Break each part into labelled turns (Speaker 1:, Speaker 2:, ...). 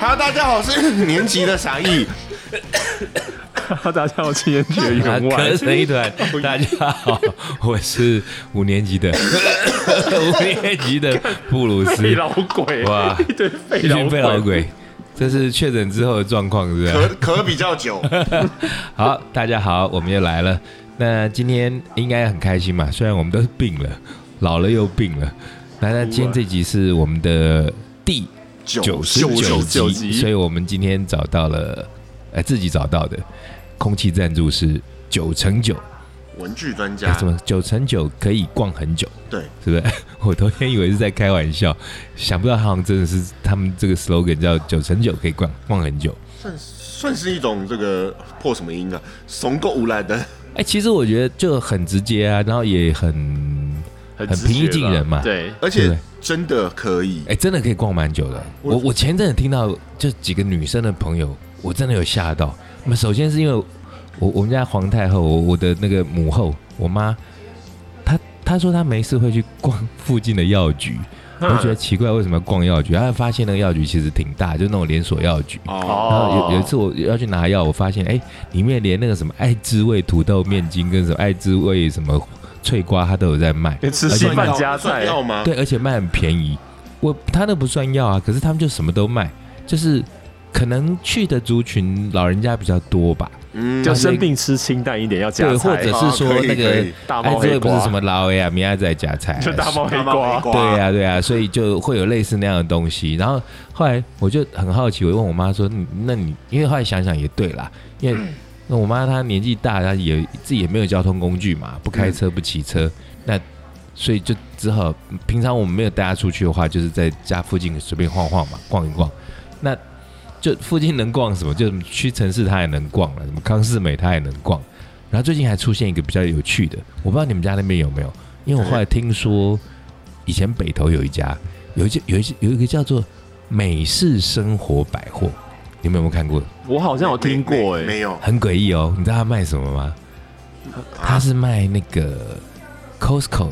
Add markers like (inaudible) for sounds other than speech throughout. Speaker 1: Hello，大家好，我是 (laughs) 年级的傻义。
Speaker 2: 大家好，青年节
Speaker 3: (laughs) 啊
Speaker 2: 员外
Speaker 3: 咳，成一团。大家好，我是五年级 (laughs) 的五年级的布鲁
Speaker 2: 废
Speaker 3: 斯。
Speaker 2: 老鬼，
Speaker 3: 哇
Speaker 2: 一堆
Speaker 3: 一
Speaker 2: 废老
Speaker 3: 群废老
Speaker 2: 鬼，
Speaker 3: 鬼，这是确诊之后的状况，是吧？
Speaker 1: 咳咳比较久，
Speaker 3: 好，大家好，我们又来了。那今天应该很开心嘛，虽然我们都是病了，老了又病了。那那今天这集是我们的第九十九
Speaker 2: 九
Speaker 3: 集，
Speaker 2: 集
Speaker 3: 所以我们今天找到了，呃，自己找到的空气赞助是九乘九，
Speaker 1: 文具专
Speaker 3: 哎
Speaker 1: 家
Speaker 3: 什，么九乘九可以逛很久。
Speaker 1: 啊对，
Speaker 3: 是不 (laughs) 是？我头天以为是在开玩笑，想不到他好像真的是他们这个 slogan 叫“九乘九可以逛逛很久
Speaker 1: 算算是一种这个破什么音啊，怂够无赖的。”。
Speaker 3: 哎，其实我觉得就很直接啊，然后也很
Speaker 2: 很
Speaker 3: 很
Speaker 2: 直
Speaker 3: 平易
Speaker 2: 觉
Speaker 3: 近
Speaker 2: 吧
Speaker 3: 人嘛
Speaker 2: 对，
Speaker 1: 而
Speaker 3: 对
Speaker 1: 且
Speaker 3: 对
Speaker 1: 真的可以，
Speaker 3: 哎，真的可以逛蛮久的。
Speaker 1: 我
Speaker 3: 我我前阵子听到就几个女生的朋友，我真的有吓到。那么首先是因为我我们家皇太后，我我的那个母后，我妈，她她说她没事会去逛附近的药局。
Speaker 2: 嗯
Speaker 3: 我就觉得奇怪，为什么要逛药局？她发现那个药局其实挺大，就那种连锁药局。
Speaker 1: 哦，
Speaker 3: 然后
Speaker 2: 哦
Speaker 3: 有有一次我要去拿药，我发现哎、里面连那个什么爱滋味土豆面筋跟什么爱滋味什么脆瓜，它都有在卖。
Speaker 2: 连吃
Speaker 3: 而
Speaker 2: 稀
Speaker 3: 且卖
Speaker 2: 饭加
Speaker 1: 算
Speaker 2: 菜，
Speaker 1: 药吗？
Speaker 3: 对，而且卖很便宜。我他那不算药啊，可是他们就什么都卖，就是可能去的族群老人家比较多吧，
Speaker 1: 嗯，
Speaker 2: 就生病吃清淡一点，要加
Speaker 3: 对，或
Speaker 2: 菜，哦
Speaker 3: 者
Speaker 1: 啊
Speaker 3: 是说
Speaker 1: 可以
Speaker 3: 那
Speaker 1: 可
Speaker 3: 个
Speaker 1: 以
Speaker 2: 大
Speaker 3: 爱
Speaker 2: 猫
Speaker 3: 滋
Speaker 2: 黑
Speaker 3: 味不是
Speaker 2: 瓜
Speaker 3: 什么老哎呀，明仔仔加菜，
Speaker 2: (laughs) 就大猫黑
Speaker 1: 大猫
Speaker 2: 瓜
Speaker 1: 黑，瓜
Speaker 3: 对啊呀、对呀、所以就会有类似那样的东西。然后后来我就很好奇，我就问我妈说：“你那你因为后来想想也对啦，因为那我妈她年纪大，她也自己也没有交通工具嘛，不开车不骑车，那所以就只好平常我们没有带她出去的话，就是在家附近随便晃晃嘛，逛一逛。那就附近能逛什么，就屈臣氏她也能逛了，什么康士美她也能逛。然后最近还出现一个比较有趣的，我不知道你们家那边有没有，因为我后来听说。以前北投有一家，有一家有一家有一个叫做美式生活百货，你们有没有看过？
Speaker 2: 我好像有听过
Speaker 1: 没没
Speaker 2: 哎，
Speaker 1: 没有，
Speaker 3: 很诡异哦，你知道它卖什么吗？它是卖那个 Costco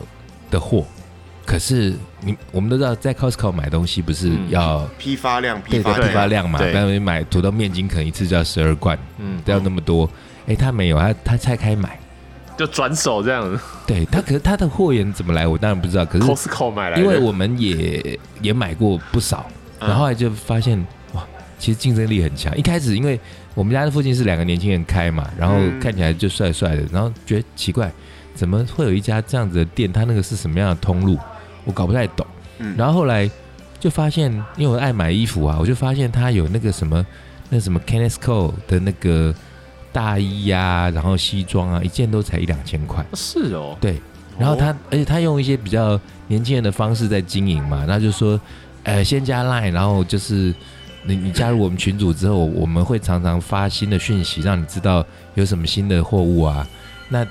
Speaker 3: 的货，可是你我们都知道，在 Costco 买东西不是
Speaker 2: 嗯
Speaker 3: 要、
Speaker 1: 批发量，批
Speaker 3: 对
Speaker 1: 发
Speaker 3: 的
Speaker 1: 量
Speaker 3: 批发量嘛？
Speaker 2: 对
Speaker 3: 但你买土豆面筋可能一次就要十二罐，
Speaker 2: 嗯，
Speaker 3: 都要那么多。哎，他没有，他他拆开买。
Speaker 2: 就转手这样
Speaker 3: 对他，可是他的货源怎么来，我当然不知道。可是
Speaker 2: ，Costco 买来啊的，
Speaker 3: 嗯因为我们也也买过不少，
Speaker 1: 嗯
Speaker 3: 然后后来就发现哇，其实竞争力很强。一开始因为我们家的附近是两个年轻人开嘛，然后
Speaker 2: 嗯
Speaker 3: 看起来就帅帅的，然后觉得奇怪，怎么会有一家这样子的店？它那个是什么样的通路？我搞不太懂。
Speaker 1: 嗯
Speaker 3: 然后后来就发现，因为我爱买衣服啊，我就发现它有那个什么那什么 Kenneth Cole 的那个大衣啊，然后西装啊，一件都才一两千块。
Speaker 2: 是哦，
Speaker 3: 对，然后他，而且他用一些比较年轻人的方式在经营嘛，那就说，呃，先加 Line，然后就是你你加入我们群组之后，我们会常常发新的讯息，让你知道有什么新的货物啊。那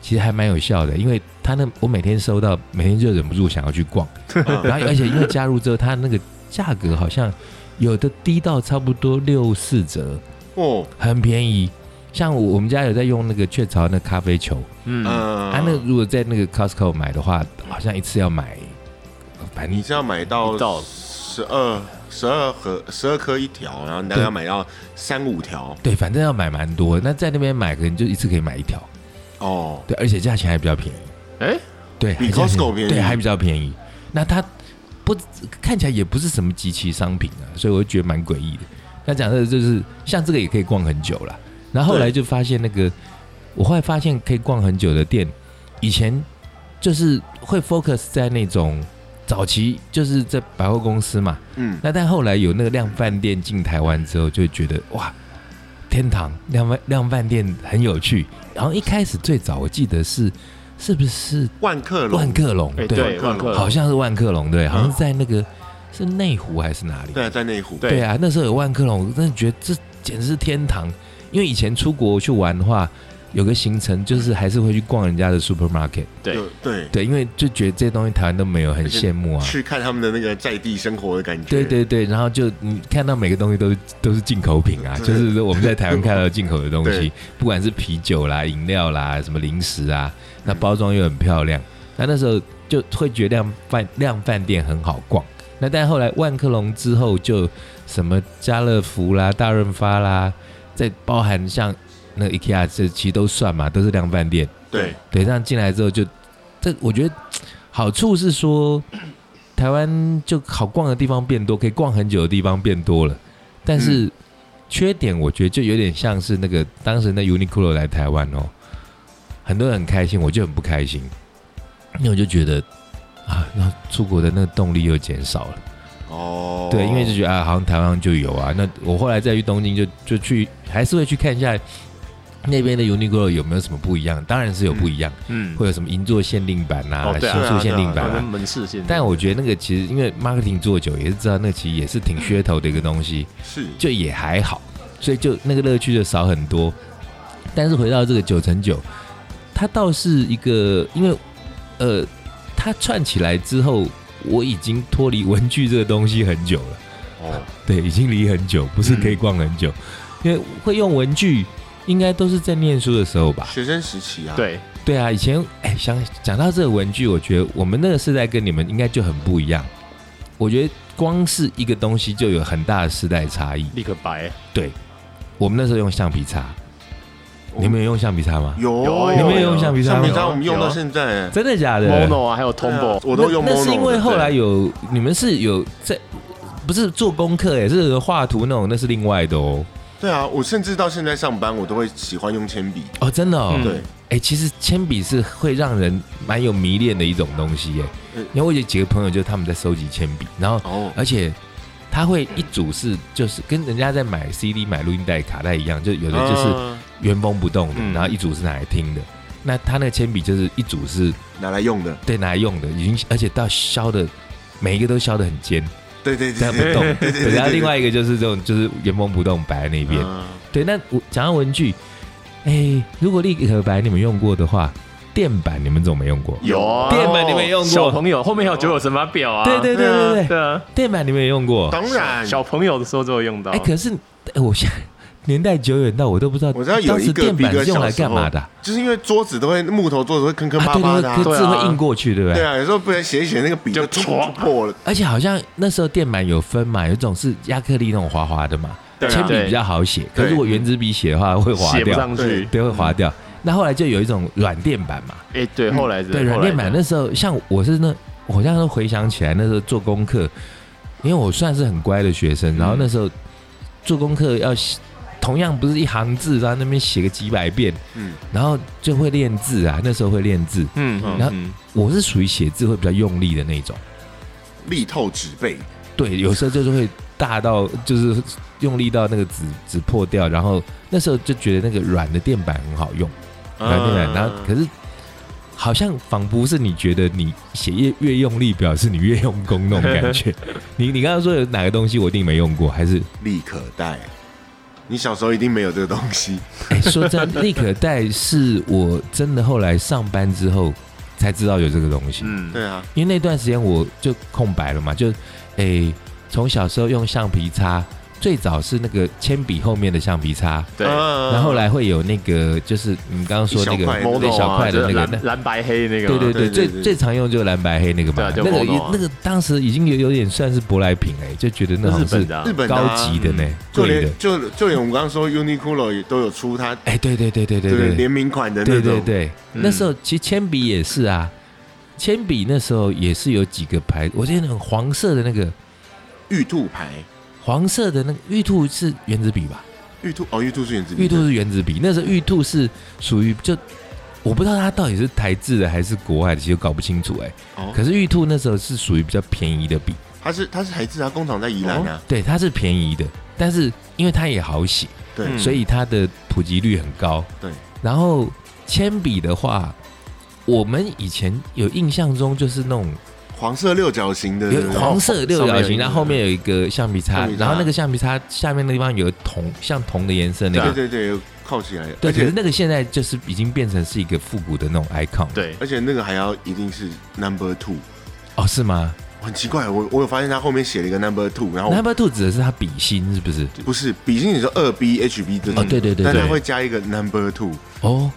Speaker 3: 其实还蛮有效的，因为他那我每天收到，每天就忍不住想要去逛，
Speaker 1: 嗯
Speaker 3: 然后而且因为加入之后，他那个价格好像有的低到差不多六四折，
Speaker 1: 哦，
Speaker 3: 很便宜。像我我们家有在用那个雀巢那咖啡球，
Speaker 2: 嗯，
Speaker 1: 嗯，
Speaker 3: 他、啊、那个如果在那个 Costco 买的话，好像一次要买，呃反
Speaker 1: 你
Speaker 3: 正
Speaker 1: 是要买到
Speaker 2: 一道
Speaker 1: 十二十二盒十二颗一条，然后你大概要买到三五条
Speaker 3: 对，反正要买蛮多。那在那边买，可能就一次可以买一条，
Speaker 1: 哦，
Speaker 3: 对，而且价钱还比较便宜，
Speaker 2: 哎，
Speaker 3: 对，
Speaker 1: 比
Speaker 3: 还价钱
Speaker 1: Costco 便宜
Speaker 3: 对，还比较便宜。那它不看起来也不是什么集齐商品啊，所以我就觉得蛮诡异的。那讲的就是像这个也可以逛很久了，然后后来就发现那个，我后来发现可以逛很久的店，以前就是会 focus 在那种早期就是在百货公司嘛，
Speaker 1: 嗯，
Speaker 3: 那但后来有那个量贩店进台湾之后，就觉得哇，天堂量贩量贩店很有趣。然后一开始最早我记得是是不是
Speaker 1: 万客隆
Speaker 3: 万客隆？
Speaker 2: 哎，对，万客，
Speaker 3: 好像是万客隆对，好
Speaker 1: 嗯
Speaker 3: 像在那个是内湖还是哪里？
Speaker 1: 对，在内湖，
Speaker 2: 对
Speaker 3: 对啊，那时候有万客隆，我真的觉得这简直是天堂。因为以前出国去玩的话，有个行程就是还是会去逛人家的 supermarket，
Speaker 2: 对
Speaker 1: 就对，
Speaker 3: 对，因为就觉得这些东西台湾都没有，很
Speaker 1: 而且
Speaker 3: 羡慕啊。
Speaker 1: 去看他们的那个在地生活的感觉。
Speaker 3: 对对对，然后就你看到每个东西都是都是进口品啊，
Speaker 1: 对
Speaker 3: 就是我们在台湾看到进口的
Speaker 1: (laughs)
Speaker 3: 东
Speaker 1: 对
Speaker 3: 西，不管是啤酒啦、饮料啦、什么零食啊，那包装又很漂亮。那那时候就会觉得量饭量饭店很好逛。那但后来万客隆之后，就什么家乐福啦、大润发啦，再包含像那 IKEA 这其实都算嘛，都是量饭店。
Speaker 1: 对
Speaker 3: 对，这样进来之后就，这我觉得好处是说，台湾就好逛的地方变多，可以逛很久的地方变多了，但是缺点我觉得就有点像是那个当时那 Uniqlo 来台湾哦，很多人很开心，我就很不开心，因为我就觉得啊，那出国的那个动力又减少了。
Speaker 1: 哦，
Speaker 3: 对，因为就觉得啊，好像台湾就有啊。那我后来再去东京就，就去，还是会去看一下那边的 Uniqlo 有没有什么不一样。当然是有不一样，
Speaker 2: 嗯，
Speaker 3: 会有什么银座限定版呐、
Speaker 2: 哦对啊
Speaker 3: 新宿限定版
Speaker 1: 对
Speaker 2: 反
Speaker 1: 啊
Speaker 2: 正
Speaker 3: 啊。
Speaker 2: 门市现在，
Speaker 3: 但我觉得那个其实，因为 marketing 做久也是知道，那其实也是挺噱头的一个东西，
Speaker 2: 嗯
Speaker 1: 是
Speaker 3: 就也还好，所以就那个乐趣就少很多。但是回到这个九乘九，它倒是一个，因为呃，它串起来之后，我已经脱离文具这个东西很久了。
Speaker 1: 哦，
Speaker 3: 对，已经离很久，
Speaker 2: 嗯
Speaker 3: 不是可以逛很久，因为会用文具，应该都是在念书的时候吧？
Speaker 1: 学生时期啊，，
Speaker 2: 对
Speaker 3: 对啊，以前哎，想讲到这个文具，我觉得我们那个时代跟你们应该就很不一样。我觉得光是一个东西就有很大的时代差异。
Speaker 2: 立刻白，
Speaker 3: 我们那时候用橡皮擦，你们有用橡皮擦吗？
Speaker 1: 有
Speaker 3: 你们也
Speaker 1: 有
Speaker 3: 用橡皮擦
Speaker 1: 哦橡
Speaker 3: 吗
Speaker 1: 皮？擦，我们用到
Speaker 2: 有
Speaker 1: 现在，
Speaker 3: 真的假的
Speaker 2: mono 啊，还有
Speaker 1: 对啊
Speaker 2: tombo，
Speaker 1: 我都用
Speaker 3: 那
Speaker 1: mono 的。
Speaker 3: 那是因为后来
Speaker 1: 对
Speaker 3: 有你们是有在，不是做功课哎，是画图那种，那是另外的哦。
Speaker 1: 对啊，我甚至到现在上班，我都会喜欢用铅笔。
Speaker 3: 哦，真的哦。
Speaker 2: 嗯
Speaker 1: 对，
Speaker 3: 哎、其实铅笔是会让人蛮有迷恋的一种东西耶
Speaker 1: 嗯。
Speaker 3: 因为我有几个朋友，就是他们在收集铅笔，然后
Speaker 1: 哦，
Speaker 3: 而且他会一组是就是跟人家在买 CD、买录音带、卡带一样，就有的就是
Speaker 1: 啊
Speaker 3: 原封不动的，
Speaker 2: 嗯
Speaker 3: 然后一组是拿来听的。那他那个铅笔就是一组是
Speaker 1: 拿来用的，
Speaker 3: 对拿来用的，已经而且到削的每一个都削的很
Speaker 2: (laughs)
Speaker 3: 尖，
Speaker 1: 对对
Speaker 3: 这
Speaker 1: 对
Speaker 3: 样不
Speaker 1: 对，
Speaker 3: 动。
Speaker 1: 对对对对
Speaker 3: 然后另外一个就是这种就是原封不动摆在那
Speaker 2: 啊
Speaker 3: 边。
Speaker 1: 嗯
Speaker 3: 对，那我讲到文具，哎、如果立可白你们用过的话，电板你们怎么没用过？
Speaker 1: 有啊
Speaker 3: 电板你们也用过
Speaker 2: 小朋友后面还有九九乘法表啊，
Speaker 3: 对对对对对，
Speaker 2: 对啊，
Speaker 3: 电板你们也用过？
Speaker 1: 当然，
Speaker 2: 哎小朋友的时候就会用到
Speaker 3: 哎、，可是、哎我现在年代久远到我都不知道，
Speaker 1: 我知道有
Speaker 3: 当
Speaker 1: 一
Speaker 3: 时
Speaker 1: 个
Speaker 3: 电板
Speaker 1: 逼哥
Speaker 3: 是用来
Speaker 1: 小时
Speaker 3: 干
Speaker 1: 候
Speaker 3: 嘛的啊？
Speaker 1: 就是因为桌子都会木头桌子会坑坑
Speaker 3: 啊，
Speaker 1: 巴
Speaker 3: 对
Speaker 1: 巴
Speaker 3: 对
Speaker 1: 的啊
Speaker 3: 对，，
Speaker 2: 对
Speaker 3: 字
Speaker 2: 啊
Speaker 3: 会印过去，对不对？
Speaker 1: 对啊，有时候不然写一写那个笔
Speaker 2: 就
Speaker 1: 就戳
Speaker 2: 戳
Speaker 1: 破了，
Speaker 3: 而且好像那时候电板有分嘛，有一种是亚克力那种滑滑的嘛，
Speaker 1: 对啊
Speaker 3: 铅笔比较好写，可
Speaker 1: 对
Speaker 3: 是如果原子笔写的话会滑
Speaker 2: 写不
Speaker 3: 掉，
Speaker 2: 上
Speaker 1: 对
Speaker 2: 去，
Speaker 3: 对，会滑掉。那后来就有一种软垫板嘛，
Speaker 2: 哎，对，后来是
Speaker 3: 嗯对，软垫板那时候，像我是那，我现在都回想起来，那时候做功课，因为我算是很乖的学生，然后那时候做功课要写同样不是一行字，然后那边写个几百遍，
Speaker 1: 嗯
Speaker 3: 然后就会练字啊，那时候会练字，
Speaker 2: 嗯嗯
Speaker 3: 然后
Speaker 2: 嗯
Speaker 3: 我是属于写字会比较用力的那种，
Speaker 1: 力透纸背，
Speaker 3: 对，有时候就是会大到就是用力到那个纸纸破掉，然后那时候就觉得那个软的垫板很好用。软垫
Speaker 1: 嗯
Speaker 3: 板，然后可是好像仿佛是你觉得你写越越用力，表示你越用功那种感 (laughs) 觉。你你刚刚说有哪个东西我一定没用过，还是
Speaker 1: 立可带。你小时候一定没有这个东西，
Speaker 3: 哎、说真的，立可带是我真的后来上班之后才知道有这个东西，
Speaker 2: 嗯，
Speaker 1: 对啊，
Speaker 3: 因为那段时间我就空白了嘛，就哎从、小时候用橡皮擦。最早是那个铅笔后面的橡皮擦，
Speaker 2: 对，
Speaker 1: 嗯
Speaker 3: 然后后来会有那个，就是你刚刚说那
Speaker 1: 一小
Speaker 3: 个
Speaker 1: 块
Speaker 3: 那
Speaker 1: 某
Speaker 2: 某
Speaker 1: 种
Speaker 2: 种
Speaker 3: 小块的那个，那
Speaker 2: 啊蓝蓝白黑那个
Speaker 3: 对
Speaker 2: 嘛，
Speaker 3: 对
Speaker 1: 对
Speaker 3: 对，
Speaker 1: 对对
Speaker 3: 最最常用就是蓝白黑那个嘛，
Speaker 2: 对
Speaker 3: 那
Speaker 2: 啊就
Speaker 3: 个也
Speaker 2: mono 啊
Speaker 3: 那个当时已经有有点算是舶来品哎，就觉得那好
Speaker 2: 日
Speaker 3: 像
Speaker 2: 本
Speaker 3: 是
Speaker 2: 的啊
Speaker 1: 日本的啊
Speaker 3: 高级的呢
Speaker 2: 嗯，
Speaker 1: 就
Speaker 3: 贵的
Speaker 1: 连，就就连我们刚刚说 Uniqlo 也都有出它，
Speaker 3: 哎，对对对对对
Speaker 1: 对不对
Speaker 3: 对
Speaker 1: 联名款的那
Speaker 3: 对
Speaker 1: 种，
Speaker 3: 对对，
Speaker 2: 嗯
Speaker 3: 那时候其实铅笔也是啊，铅笔那时候也是有几个牌，我记得那种黄色的那个
Speaker 1: 玉兔牌，
Speaker 3: 黄色的那个玉兔是原子笔吧？
Speaker 1: 玉兔哦，玉兔是原子笔，
Speaker 3: 玉兔是原子笔，那时候玉兔是属于就我不知道它到底是台制的还是国外的，其实搞不清楚哎、
Speaker 1: 哦
Speaker 3: 可是玉兔那时候是属于比较便宜的笔，
Speaker 1: 它是它是台制啊，工厂在宜兰啊，
Speaker 3: 哦对，它是便宜的，但是因为它也好写，
Speaker 1: 对，
Speaker 2: 嗯
Speaker 3: 所以它的普及率很高。
Speaker 1: 对，
Speaker 3: 然后铅笔的话，我们以前有印象中就是那种
Speaker 1: 黄色六角形的
Speaker 3: 有黄色六角
Speaker 2: 上面有一
Speaker 3: 形，
Speaker 2: 个
Speaker 3: 然后后面有一个橡皮擦
Speaker 1: 橡皮，擦
Speaker 3: 然后那个橡皮擦下面那地方有铜，像铜的颜色那
Speaker 1: 对
Speaker 3: 个。
Speaker 1: 对对，扣起来，
Speaker 3: 对，
Speaker 1: 而
Speaker 3: 可是
Speaker 1: 且
Speaker 3: 那个现在就是已经变成是一个复古的那种 icon。，
Speaker 2: 对，
Speaker 1: 而且那个还要一定是 number two，
Speaker 3: 哦，是吗
Speaker 1: 很奇怪，我我有发现他后面写了一个 number two，然后
Speaker 3: ？Number Two 指的是它笔芯是不是？
Speaker 1: 不是比基尼是二 B H B 的那
Speaker 3: 哦对对对
Speaker 1: 但他
Speaker 3: 对
Speaker 1: 会加一个 number two，
Speaker 3: 哦，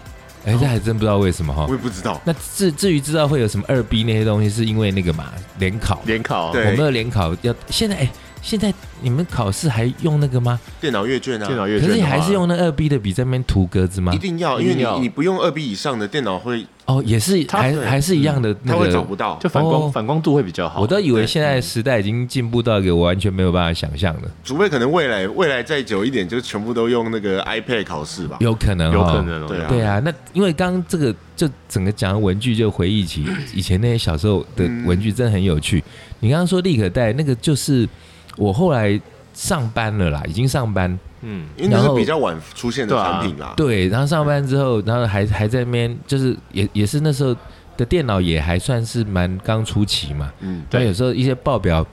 Speaker 3: 哎，这还真不知道为什么哈
Speaker 1: 我。也不知道，
Speaker 3: 那至至于知道会有什么二 B 那些东西，是因为那个嘛联考，
Speaker 2: 联考啊
Speaker 1: 对
Speaker 3: 哦我们的联考要现在哎，现在你们考试还用那个吗？
Speaker 1: 电脑阅卷啊，
Speaker 2: 电脑阅
Speaker 3: 可
Speaker 2: 卷
Speaker 3: 是
Speaker 2: 的
Speaker 3: 你
Speaker 2: 话，
Speaker 3: 还是用那二 B 的笔在那边涂格子吗
Speaker 1: 一？定要，
Speaker 2: 一
Speaker 1: 因为
Speaker 2: 定
Speaker 1: 你
Speaker 2: 要
Speaker 1: 你不用二 B 以上的电脑会，
Speaker 3: 哦，也是，
Speaker 2: 它
Speaker 3: 还
Speaker 1: 对
Speaker 3: 还是一样的
Speaker 1: 嗯他
Speaker 3: 那
Speaker 1: 会找
Speaker 3: 个
Speaker 1: 不到，
Speaker 2: 就反光、
Speaker 3: 哦
Speaker 2: 反光度会比较好。
Speaker 3: 我都以为
Speaker 1: 对嗯
Speaker 3: 现在时代已经进步到一个我完全没有办法想象的，
Speaker 1: 除非可能未来未来再久一点，就全部都用那个 iPad 考试吧。
Speaker 3: 有可能、哦，
Speaker 2: 有可。能哦，
Speaker 1: 对啊
Speaker 3: 对啊，那因为刚刚这个就整个讲文具，就回忆起以前那些小时候的
Speaker 1: 嗯
Speaker 3: 文具，真的很有趣。你刚刚说立可带那个，就是我后来上班了啦，已经上班，
Speaker 2: 嗯，
Speaker 1: 因为那
Speaker 3: 然
Speaker 1: 是
Speaker 3: 后
Speaker 1: 比较晚出现的
Speaker 2: 对啊
Speaker 1: 产品啦。
Speaker 3: 对，然后上班之后，然后还还在那边，就是也也是那时候的电脑也还算是蛮刚出奇嘛，
Speaker 1: 嗯，
Speaker 3: 那
Speaker 2: 对
Speaker 3: 有时候一些报表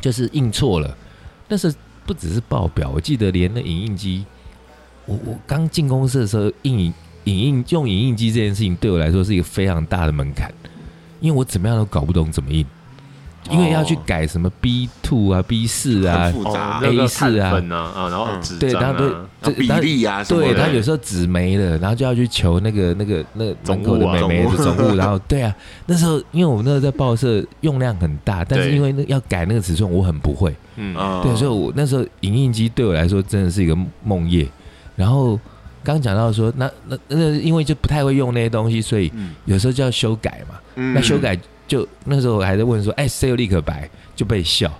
Speaker 3: 就是印错了，但是不只是报表，我记得连那影印机，我我刚进公司的时候，印影影印用影印机这件事情对我来说是一个非常大的门槛，因为我怎么样都搞不懂怎么印，因为要去
Speaker 1: 哦
Speaker 3: 改什么 B two 啊、B 四啊
Speaker 1: 很，复杂
Speaker 2: 哦，那个
Speaker 3: A4
Speaker 2: 碳
Speaker 3: 啊
Speaker 2: 粉啊，啊，然后
Speaker 1: 嗯
Speaker 2: 纸
Speaker 3: 对，
Speaker 2: 张
Speaker 3: 然后
Speaker 2: 啊，
Speaker 1: 然后
Speaker 3: 对，
Speaker 1: 比
Speaker 3: 然后
Speaker 1: 例啊什么
Speaker 3: 对，
Speaker 1: 的，
Speaker 3: 然后有时候纸没了，然后就要去求那个那个那个
Speaker 2: 总
Speaker 3: 门口的
Speaker 2: 务啊
Speaker 3: 美眉的
Speaker 1: 总务
Speaker 3: 总务，然后对啊，那时候因为我们那时候在报社用量很大，但是
Speaker 2: 对
Speaker 3: 因为那要改那个尺寸，我很不会，
Speaker 2: 嗯，
Speaker 1: 啊
Speaker 3: 对，所以我那时候影印机对我来说真的是一个梦魇。然后刚讲到说，那那那因为就不太会用那些东西，所以
Speaker 1: 嗯
Speaker 3: 有时候就要修改嘛。
Speaker 1: 嗯
Speaker 3: 那修改就那时候我还在问说，哎，谁有立可白？就被笑。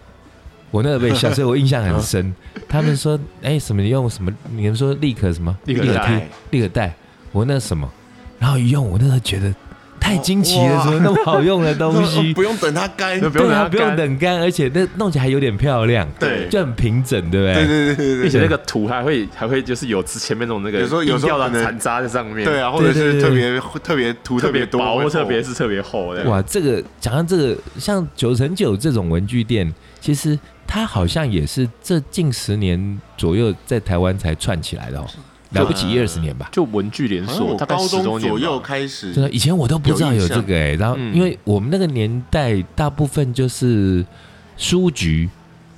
Speaker 3: 我那个被笑，所以我印象
Speaker 1: (laughs)
Speaker 3: 很深。他们说，哎，什么你用什么？你们说立可什么？
Speaker 2: 立可
Speaker 3: 贴
Speaker 1: 带、
Speaker 3: 立可带。我那什么？然后一用，我那时候觉得太惊奇了，
Speaker 1: 哦哇
Speaker 3: 怎么那么好用
Speaker 1: (laughs)
Speaker 3: 的东西？
Speaker 1: 哦不用等它干，
Speaker 2: 那
Speaker 1: 对
Speaker 2: 不用
Speaker 3: 对
Speaker 2: 等
Speaker 3: 啊，
Speaker 2: 它
Speaker 3: 不用
Speaker 2: 干
Speaker 3: 等干，而且那弄起来还有点漂亮，
Speaker 1: 对
Speaker 3: 就很平整，对不
Speaker 1: 对
Speaker 3: 对？
Speaker 1: 对对
Speaker 2: 并
Speaker 1: 对
Speaker 2: 且那个土还会还会就是有之前面那种那个
Speaker 1: 有时候有时候
Speaker 2: 硬掉
Speaker 1: 可
Speaker 2: 的
Speaker 1: 能
Speaker 2: 残渣在上面，
Speaker 1: 对，对啊，或者是
Speaker 3: 对对
Speaker 1: 特
Speaker 3: 对
Speaker 1: 别特别图
Speaker 2: 特
Speaker 1: 别
Speaker 2: 别
Speaker 1: 多，
Speaker 2: 薄，
Speaker 1: 会
Speaker 2: 特别
Speaker 1: 厚
Speaker 2: 是特别厚的，
Speaker 3: 哇，这个讲到这个，像九乘九这种文具店，其实它好像也是这近十年左右在台湾才串起来的哦，了不起一二十年吧。
Speaker 2: 就文具连
Speaker 1: 好像嗯
Speaker 2: 锁，
Speaker 1: 我
Speaker 2: 大概
Speaker 1: 高
Speaker 2: 十周
Speaker 1: 中
Speaker 2: 年
Speaker 1: 左
Speaker 2: 吧
Speaker 1: 右开始
Speaker 3: 真的，以前我都不知道有这个哎、然后
Speaker 2: 嗯
Speaker 3: 因为我们那个年代，大部分就是书局、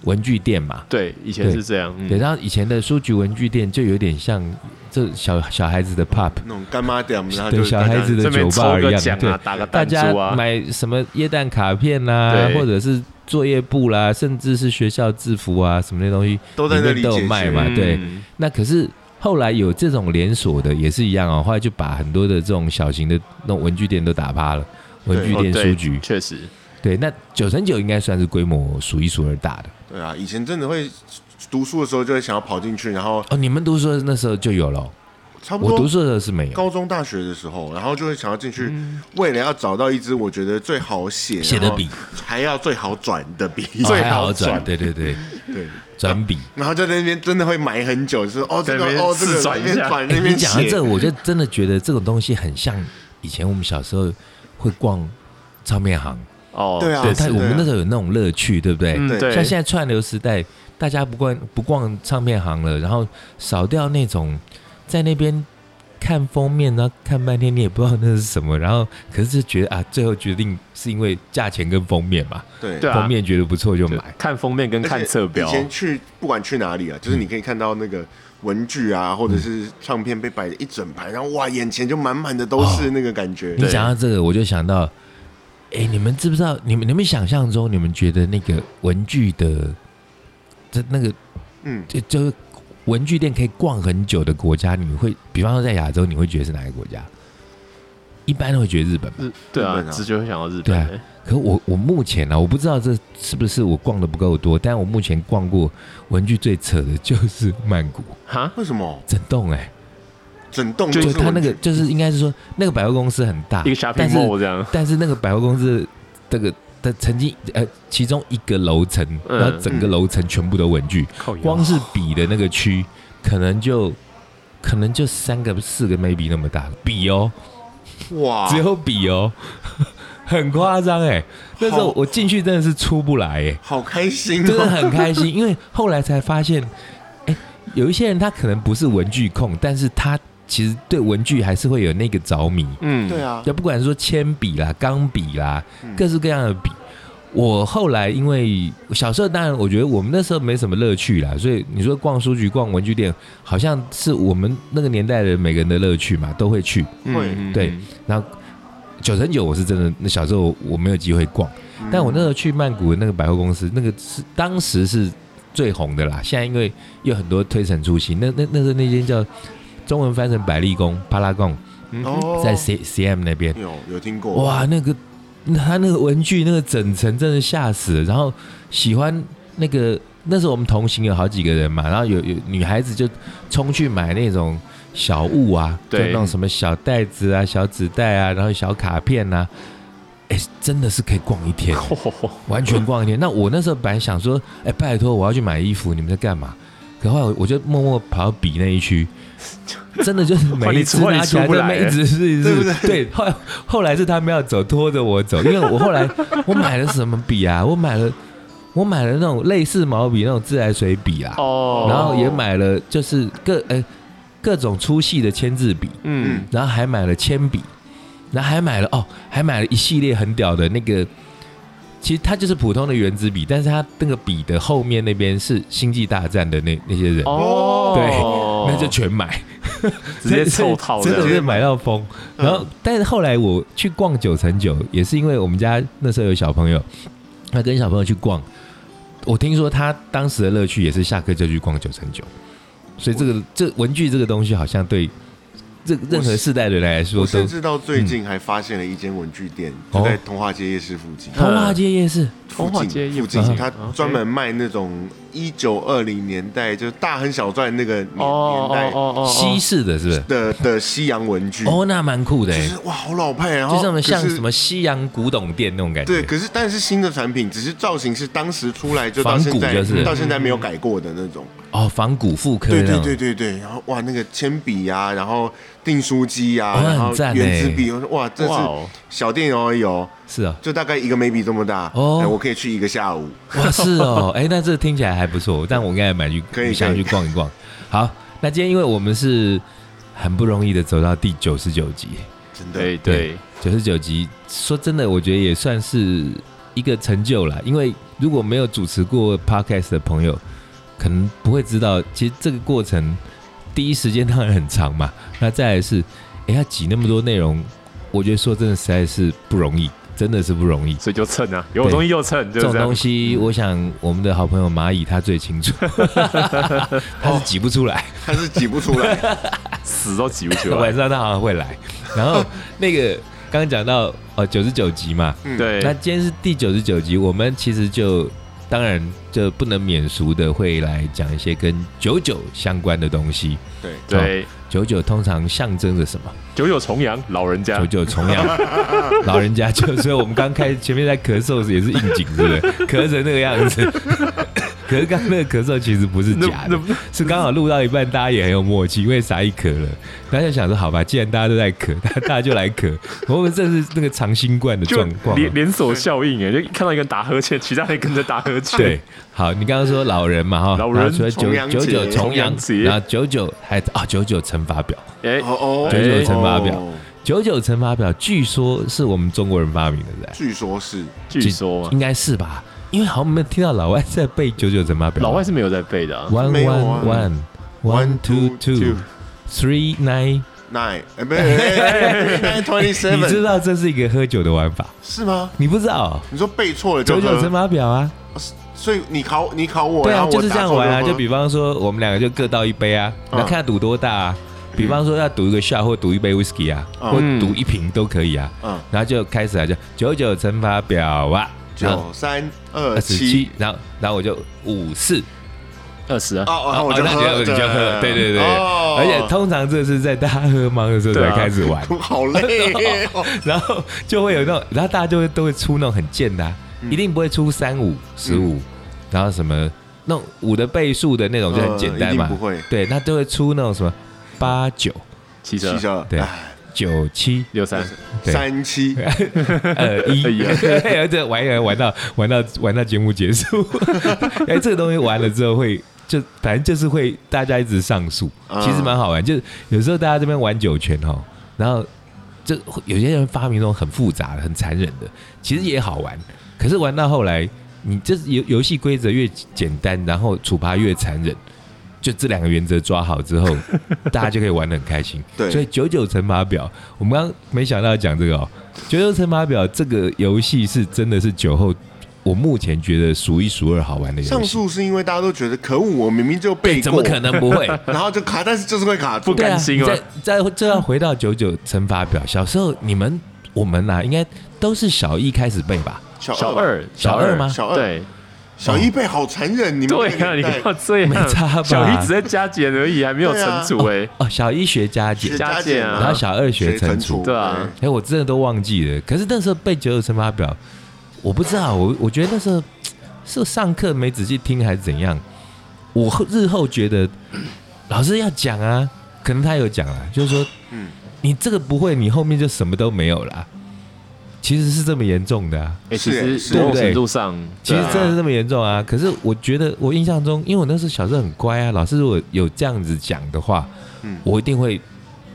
Speaker 3: 文具店嘛。
Speaker 2: 对，以前是这样，嗯
Speaker 3: 对，然后以前的书局文具店就有点像这小小孩子的 pub，
Speaker 1: 那种干妈店，然后
Speaker 3: 对
Speaker 1: 就
Speaker 3: 小孩子的
Speaker 2: 这边
Speaker 3: 酒
Speaker 2: 抽
Speaker 3: 吧一
Speaker 2: 个
Speaker 3: 样
Speaker 2: 奖，
Speaker 3: 对
Speaker 2: 啊，，打个
Speaker 3: 大
Speaker 2: 弹
Speaker 3: 家
Speaker 2: 珠啊，
Speaker 3: 买什么液氮卡片啦、
Speaker 2: 对
Speaker 3: 或者是作业簿啦、甚至是学校制服啊，什么那些东西
Speaker 1: 都在那里
Speaker 3: 里面都
Speaker 1: 解
Speaker 3: 有
Speaker 1: 决
Speaker 3: 卖嘛。
Speaker 2: 嗯
Speaker 3: 对，那可是后来有这种连锁的也是一样哦，后来就把很多的这种小型的那种文具店都打趴了，文具
Speaker 2: 哦
Speaker 3: 店、
Speaker 2: 对
Speaker 3: 书局。
Speaker 2: 确实，
Speaker 3: 对，那九乘九应该算是规模数一数二大的
Speaker 1: 对啊，以前真的会读书的时候就会想要跑进去，然后
Speaker 3: 哦。你们读书的那时候就有了哦，
Speaker 1: 差不
Speaker 3: 我读
Speaker 1: 多
Speaker 3: 书的时候是没有。
Speaker 1: 高中大学的时候，然后就会想要进去，为了要找到一支我觉得最好写
Speaker 3: 嗯写的笔，
Speaker 1: 然后还要最好转的笔，
Speaker 3: 哦
Speaker 1: 最
Speaker 3: 还好
Speaker 1: 转
Speaker 3: 转，对对对，
Speaker 1: 对。
Speaker 3: 转笔。
Speaker 1: 然后在那边真的会埋很久，就是哦这个
Speaker 2: 在那边
Speaker 1: 哦这个
Speaker 2: 自转
Speaker 1: 那
Speaker 2: 一
Speaker 1: 边
Speaker 2: 下
Speaker 1: 转
Speaker 3: 哎
Speaker 1: 那边
Speaker 3: 你讲到
Speaker 1: 写
Speaker 3: 这，，我就真的觉得这种东西很像以前我们小时候会逛唱片行，
Speaker 2: 哦，
Speaker 1: 对啊
Speaker 3: 对，
Speaker 1: 是
Speaker 3: 但我们那时候有那种乐趣，对不对？
Speaker 2: 嗯，
Speaker 1: 对
Speaker 2: 对，
Speaker 3: 像现在串流时代，大家不逛不逛唱片行了，然后少掉那种在那边看封面，然后看半天你也不知道那是什么，然后可是就觉得啊，最后决定是因为价钱跟封面嘛，
Speaker 1: 对
Speaker 2: 对啊
Speaker 3: 封面觉得不错就买。
Speaker 2: 看封面跟
Speaker 1: 而且
Speaker 2: 看嗯侧标
Speaker 1: 以，前去不管去哪里啊，就是你可以看到那个文具
Speaker 2: 嗯
Speaker 1: 啊，或者是唱片被摆的一整排，然后哇，眼前就满满的都
Speaker 3: 哦
Speaker 1: 是那个感觉。
Speaker 3: 你讲到这个，我就想到，哎、你们知不知道？你们你们想象中，你们觉得那个文具的，这那个
Speaker 1: 嗯，
Speaker 3: 就就是文具店可以逛很久的国家，你会，比方说在亚洲，你会觉得是哪个国家？一般都会觉得日本吧。
Speaker 2: 日对
Speaker 1: 日
Speaker 2: 啊，
Speaker 1: 本啊
Speaker 2: 直觉会想到日
Speaker 3: 对啊
Speaker 2: 本，欸
Speaker 3: 可我我目前呢、啊，我不知道这是不是我逛的不够多，但我目前逛过文具最扯的就是曼谷
Speaker 2: 哈，
Speaker 1: 为什么
Speaker 3: 整栋哎、
Speaker 1: 整栋
Speaker 3: 就
Speaker 1: 都是
Speaker 3: 他那
Speaker 1: 文具
Speaker 3: 个就是应该是说那个百货公司很大，
Speaker 2: 一个 shopping
Speaker 3: 啊但是
Speaker 2: mall 这样，
Speaker 3: 但是那个百货公司这个的曾经呃，其中一个楼层，
Speaker 2: 嗯
Speaker 3: 然后整个楼层全部都文具，
Speaker 2: 靠腰
Speaker 3: 光是笔的那个区，可能就可能就
Speaker 1: 啊
Speaker 3: 三个四个 maybe 那么大笔哦， (laughs)
Speaker 1: 哇，
Speaker 3: 只有笔哦，很夸张哎。那时候我进去真的是出不来哎、
Speaker 1: 好开心
Speaker 3: 真的
Speaker 1: 哦！
Speaker 3: 很开心，因为后来才发现，哎，有一些人他可能不是文具控，但是他其实对文具还是会有那个着迷。
Speaker 2: 嗯，
Speaker 1: 对啊，
Speaker 3: 就不管是说铅笔啦、钢笔啦
Speaker 1: 嗯，
Speaker 3: 各式各样的笔。我后来因为小时候，当然我觉得我们那时候没什么乐趣啦，所以你说逛书局、逛文具店，好像是我们那个年代的人每个人的乐趣嘛，都会去。
Speaker 1: 会
Speaker 2: 嗯
Speaker 3: 对，九成九我是真的，那小时候我没有机会逛，但我那时候去曼谷的那个百货公司，那个是当时是最红的啦。现在因为有很多推陈出新，那那那时候那间叫中文翻成百丽宫帕拉贡，
Speaker 2: 嗯
Speaker 1: 哦
Speaker 3: 在 C C M 那边，
Speaker 1: 有有听过
Speaker 3: 哇，那个他那个文具那个整层真的吓死了。然后喜欢那个那时候我们同行有好几个人嘛，然后有有女孩子就冲去买那种小物啊，就
Speaker 2: 对
Speaker 3: 那种什么小袋子啊、小纸袋啊，然后小卡片啊，哎、真的是可以逛一天，完全逛一天。那我那时候本来想说，哎、拜托我要去买衣服，你们在干嘛？可后来我我就默默跑到笔那一区，真的就是每一只
Speaker 2: 换你出
Speaker 3: 拿起来
Speaker 2: 换你出不
Speaker 3: 就
Speaker 2: 来
Speaker 3: 那一直是一
Speaker 1: 对不
Speaker 3: 直对。后来后来是他们要走，拖着我走，因为我后来 (laughs) 我买了什么笔啊？我买了我买了那种类似毛笔那种自来水笔啊，
Speaker 2: (laughs) 哦，
Speaker 3: 然后也，买了就是各呃、各种粗细的签字笔，
Speaker 2: 嗯，
Speaker 3: 然后还买了铅笔，然后还买了哦，还买了一系列很屌的那个。其实它就是普通的原子笔，但是它那个笔的后面那边是《星际大战》的那那些人，
Speaker 2: 哦，
Speaker 3: 那就全买。
Speaker 2: 直
Speaker 3: (laughs)
Speaker 2: 接凑套
Speaker 3: 真的
Speaker 2: 这
Speaker 3: 是
Speaker 2: 样，
Speaker 3: 买到疯。
Speaker 1: 嗯
Speaker 3: 然后，但是后来我去逛九层九，也是因为我们家那时候有小朋友，他跟小朋友去逛。我听说他当时的乐趣也是下课就去逛九层九，所以这个这文具这个东西好像对这任何世代的人来说
Speaker 1: 我
Speaker 3: 都
Speaker 1: 甚。至到最近还发现了一间文具店，
Speaker 3: 哦
Speaker 1: 就在通化街夜市附近。
Speaker 3: 童话街夜市，
Speaker 1: 附
Speaker 2: 通化街
Speaker 1: 近
Speaker 2: 夜
Speaker 1: 附
Speaker 2: 市
Speaker 1: 近，
Speaker 3: 嗯
Speaker 1: 它
Speaker 2: OK
Speaker 1: 专门卖那种一九二零年代，就是大亨小传那个年
Speaker 2: 哦
Speaker 1: 年
Speaker 2: 哦
Speaker 1: 代
Speaker 2: 哦哦，
Speaker 3: 西式的是不是？
Speaker 1: 的的西洋文具，
Speaker 3: 哦，那蛮酷的
Speaker 1: 嗯就
Speaker 3: 欸，
Speaker 1: 是哇，好老派。然后
Speaker 3: 就像像
Speaker 1: 哦可是
Speaker 3: 什么西洋古董店那种感
Speaker 1: 对，
Speaker 3: 觉。
Speaker 1: 可是但是新的产品，只是造型是当时出来就到
Speaker 3: 仿古
Speaker 1: 现在
Speaker 3: 就是
Speaker 1: 到现在没有改过的那种。
Speaker 3: 哦，仿古复刻
Speaker 1: 对
Speaker 3: 那
Speaker 1: 对
Speaker 3: 种
Speaker 1: 对。对对，然后哇，那个铅笔呀，然后订书机呀，
Speaker 3: 哦那很
Speaker 1: 然后
Speaker 3: 赞
Speaker 1: 圆珠
Speaker 3: 欸
Speaker 1: 笔，我说哇，这
Speaker 2: 哇
Speaker 1: 是
Speaker 2: 哦
Speaker 1: 小店哦有，
Speaker 3: 是哦，
Speaker 1: 就大概一个眉笔这么大，
Speaker 3: 哦
Speaker 1: 哎我可以去一个下午。
Speaker 3: 哇，是
Speaker 1: (laughs)
Speaker 3: 哦，哎、那这听起来还不错，但我应该买去，
Speaker 1: 可以
Speaker 3: 想
Speaker 1: 可
Speaker 3: 去
Speaker 1: 以
Speaker 3: 逛一逛。好，那今天因为我们是很不容易的走到第九十九集，
Speaker 1: 真的，
Speaker 2: 对对，
Speaker 3: 九十九集，说真的，我觉得也算是一个成就啦。因为如果没有主持过 podcast 的朋友，可能不会知道，其实这个过程第一时间当然很长嘛，那再来是，哎、要挤那么多内容，我觉得说真的实在是不容易，真的是不容易。
Speaker 2: 所以就蹭啊，有东西就蹭，就
Speaker 3: 这
Speaker 2: 是
Speaker 3: 种
Speaker 2: 这
Speaker 3: 东
Speaker 2: 样。
Speaker 3: 西，我想我们的好朋友蚂蚁他最清
Speaker 2: (laughs)
Speaker 3: 楚，他是挤不出
Speaker 2: 哦
Speaker 3: 来，
Speaker 1: 他是挤不出
Speaker 3: (laughs)
Speaker 1: 来。
Speaker 2: 死都挤不出
Speaker 3: 晚
Speaker 2: 来。
Speaker 3: 上他好像会来。然后那个刚刚讲到呃九十九集嘛，
Speaker 1: 嗯，
Speaker 2: 对，
Speaker 3: 那今天是第九十九集，我们其实就当然就不能免俗的会来讲一些跟九九相关的东西。
Speaker 1: 对，
Speaker 2: 对，
Speaker 3: 九九通常象征着什 (laughs) 么？
Speaker 2: 九九重阳老人家
Speaker 3: 九，九重阳， (laughs) 老人家就，所以我们刚开前面在咳嗽也是应景，是不是？咳成那个样
Speaker 2: (laughs)
Speaker 3: 子。可是刚刚那个咳嗽其实不是
Speaker 2: 那
Speaker 3: 假的
Speaker 2: 那，
Speaker 3: 是刚好录到一半，大家也很有默契，因为啥一咳了，大家就想说好吧，既然大家都在咳，大大家就来咳。我们这是那个长新冠的
Speaker 2: 就
Speaker 3: 状况啊。
Speaker 2: 连连锁效应哎，就看到一个人打呵欠，其他人跟着打呵欠。
Speaker 3: (laughs) 对，好，你刚刚说老人嘛哈，
Speaker 2: 老人
Speaker 3: 然后除了
Speaker 1: 重
Speaker 3: 九
Speaker 1: 阳
Speaker 3: 九九
Speaker 1: 节
Speaker 3: 重阳
Speaker 2: 重阳节
Speaker 3: 然后九九还啊九九乘法表，
Speaker 2: 哎，
Speaker 1: 哦哦，
Speaker 3: 九九乘法
Speaker 1: 哦
Speaker 3: 表，九九乘法表据说是我们中国人发明的，对。
Speaker 1: 据说是
Speaker 2: 据说啊
Speaker 3: 应该是吧？因为好像没有听到老外在背九九乘法表。
Speaker 2: 老外是没有在背的啊。
Speaker 3: one
Speaker 1: 没有
Speaker 3: one
Speaker 1: 啊
Speaker 3: one one two two
Speaker 1: two
Speaker 3: three nine，
Speaker 1: nine，哎，
Speaker 3: (laughs)
Speaker 1: 不是 nine twenty
Speaker 3: 你知
Speaker 1: seven，
Speaker 3: 道这是一个喝酒的玩法？
Speaker 1: 是吗？
Speaker 3: 你不知道
Speaker 1: 你说背错了就
Speaker 3: 九九乘
Speaker 1: 喝，
Speaker 3: 法表啊？
Speaker 1: 所以你考你考我，
Speaker 3: 对
Speaker 1: 然
Speaker 3: 啊，
Speaker 1: 后
Speaker 3: 就
Speaker 1: 我
Speaker 3: 是这样玩啊。
Speaker 1: 打错
Speaker 3: 就比方说，我们两个就各倒一杯啊，
Speaker 1: 嗯
Speaker 3: 那看赌多大啊。比方说要赌一个 shot 或赌一杯 whisky 啊，
Speaker 1: 嗯
Speaker 3: 或赌一瓶都可以啊。
Speaker 1: 嗯
Speaker 3: 然后就开始啊，就九九乘法表啊，然后
Speaker 1: 九三二
Speaker 3: 二十
Speaker 1: 七
Speaker 3: 七，，然后然后我就五四。
Speaker 2: 二十啊，
Speaker 1: 哦，然后我就
Speaker 3: 那你
Speaker 1: 喝
Speaker 3: 就，你就喝，对对对，
Speaker 1: 哦
Speaker 3: 而且通常这是在大家喝忙的时候
Speaker 2: 对
Speaker 3: 才
Speaker 2: 啊
Speaker 3: 开始玩，
Speaker 1: 好累哦，
Speaker 3: 然后就会有那种，然后大家就会都会出那种很贱的啊、
Speaker 1: 嗯
Speaker 3: 一定不会出三五、十五，然后什么那种五的倍数的那种就很简单
Speaker 1: 嗯
Speaker 3: 嘛
Speaker 1: 一定不会，
Speaker 3: (laughs) 对，那就会出那种什么八九，
Speaker 2: 七十
Speaker 1: 七
Speaker 2: 二，
Speaker 1: 十二，
Speaker 3: 对
Speaker 1: 哎
Speaker 3: 九七
Speaker 2: 六三，
Speaker 3: 对
Speaker 1: 三七，
Speaker 3: 呃一
Speaker 1: 啊
Speaker 2: 哎，呀
Speaker 3: 对，这玩一玩玩到玩到玩到节目
Speaker 1: (laughs)
Speaker 3: 结束，哎，这个东西玩了之后会就反正就是会大家一直上诉，
Speaker 1: 啊
Speaker 3: 其实蛮好玩。就是有时候大家这边玩酒圈哦，然后就有些人发明那种很复杂的、很残忍的，其实也好玩。可是玩到后来，你这游游戏规则越简单，然后处罚越残忍。就这两个原则抓好之后，大家就可以玩得很开心。
Speaker 1: (laughs) 对
Speaker 3: 所以九九乘法表，我们刚刚没想到讲这个哦。九九乘法表这个游戏是真的是酒后，我目前觉得数一数二好玩的游
Speaker 1: 上
Speaker 3: 戏。哎
Speaker 1: 诉是因为大家都觉得可恶，我明明就背过，
Speaker 3: 怎么可？能不会？啊
Speaker 1: 然后就卡，但是就是会卡住
Speaker 2: 不。甘心
Speaker 3: 对
Speaker 2: 吗
Speaker 3: 啊？再再这要回到九九乘法表，小时候你们我们呐、应该都是小一开始背吧？
Speaker 1: 小
Speaker 2: 小，二，
Speaker 3: 小二吗
Speaker 1: 小二
Speaker 2: 对
Speaker 1: 小一背好残忍，你们
Speaker 2: 对啊，
Speaker 1: 那个
Speaker 2: 你
Speaker 1: 年代
Speaker 2: 看这
Speaker 3: 没
Speaker 2: 样
Speaker 3: 差吧，
Speaker 2: 小一只在加减而已，还没有
Speaker 1: 啊
Speaker 2: 乘除哎，
Speaker 3: 哦，小一学加减
Speaker 1: 学，
Speaker 2: 加减啊
Speaker 3: 然后小二学乘除。
Speaker 2: 对啊
Speaker 3: 哎、我真的都忘记了。可是那时候背九九乘法表，我不知道，我我觉得那时候是上课没仔细听还是怎样。我后日后觉得老师要讲啊，可能他有讲啊，就是说，
Speaker 1: 嗯
Speaker 3: 你这个不会，你后面就什么都没有啦。其实是这么严重的、啊，
Speaker 2: 哎，其
Speaker 1: 是
Speaker 2: 实
Speaker 1: 是
Speaker 2: 某种程度上，
Speaker 3: 其实
Speaker 2: 对啊
Speaker 3: 真的是这么严重啊。可是我觉得我印象中，因为我那时候小时候很乖啊，老师如果有这样子讲的话，
Speaker 1: 嗯
Speaker 3: 我一定会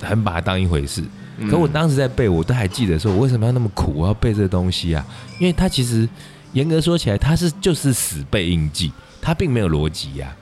Speaker 3: 很把它当一回事。可我当时在背，我都还记得说，我为什么要那么苦，我要背这个东西啊？因为它其实严格说起来，它是就是死背硬记，它并没有逻辑啊呀、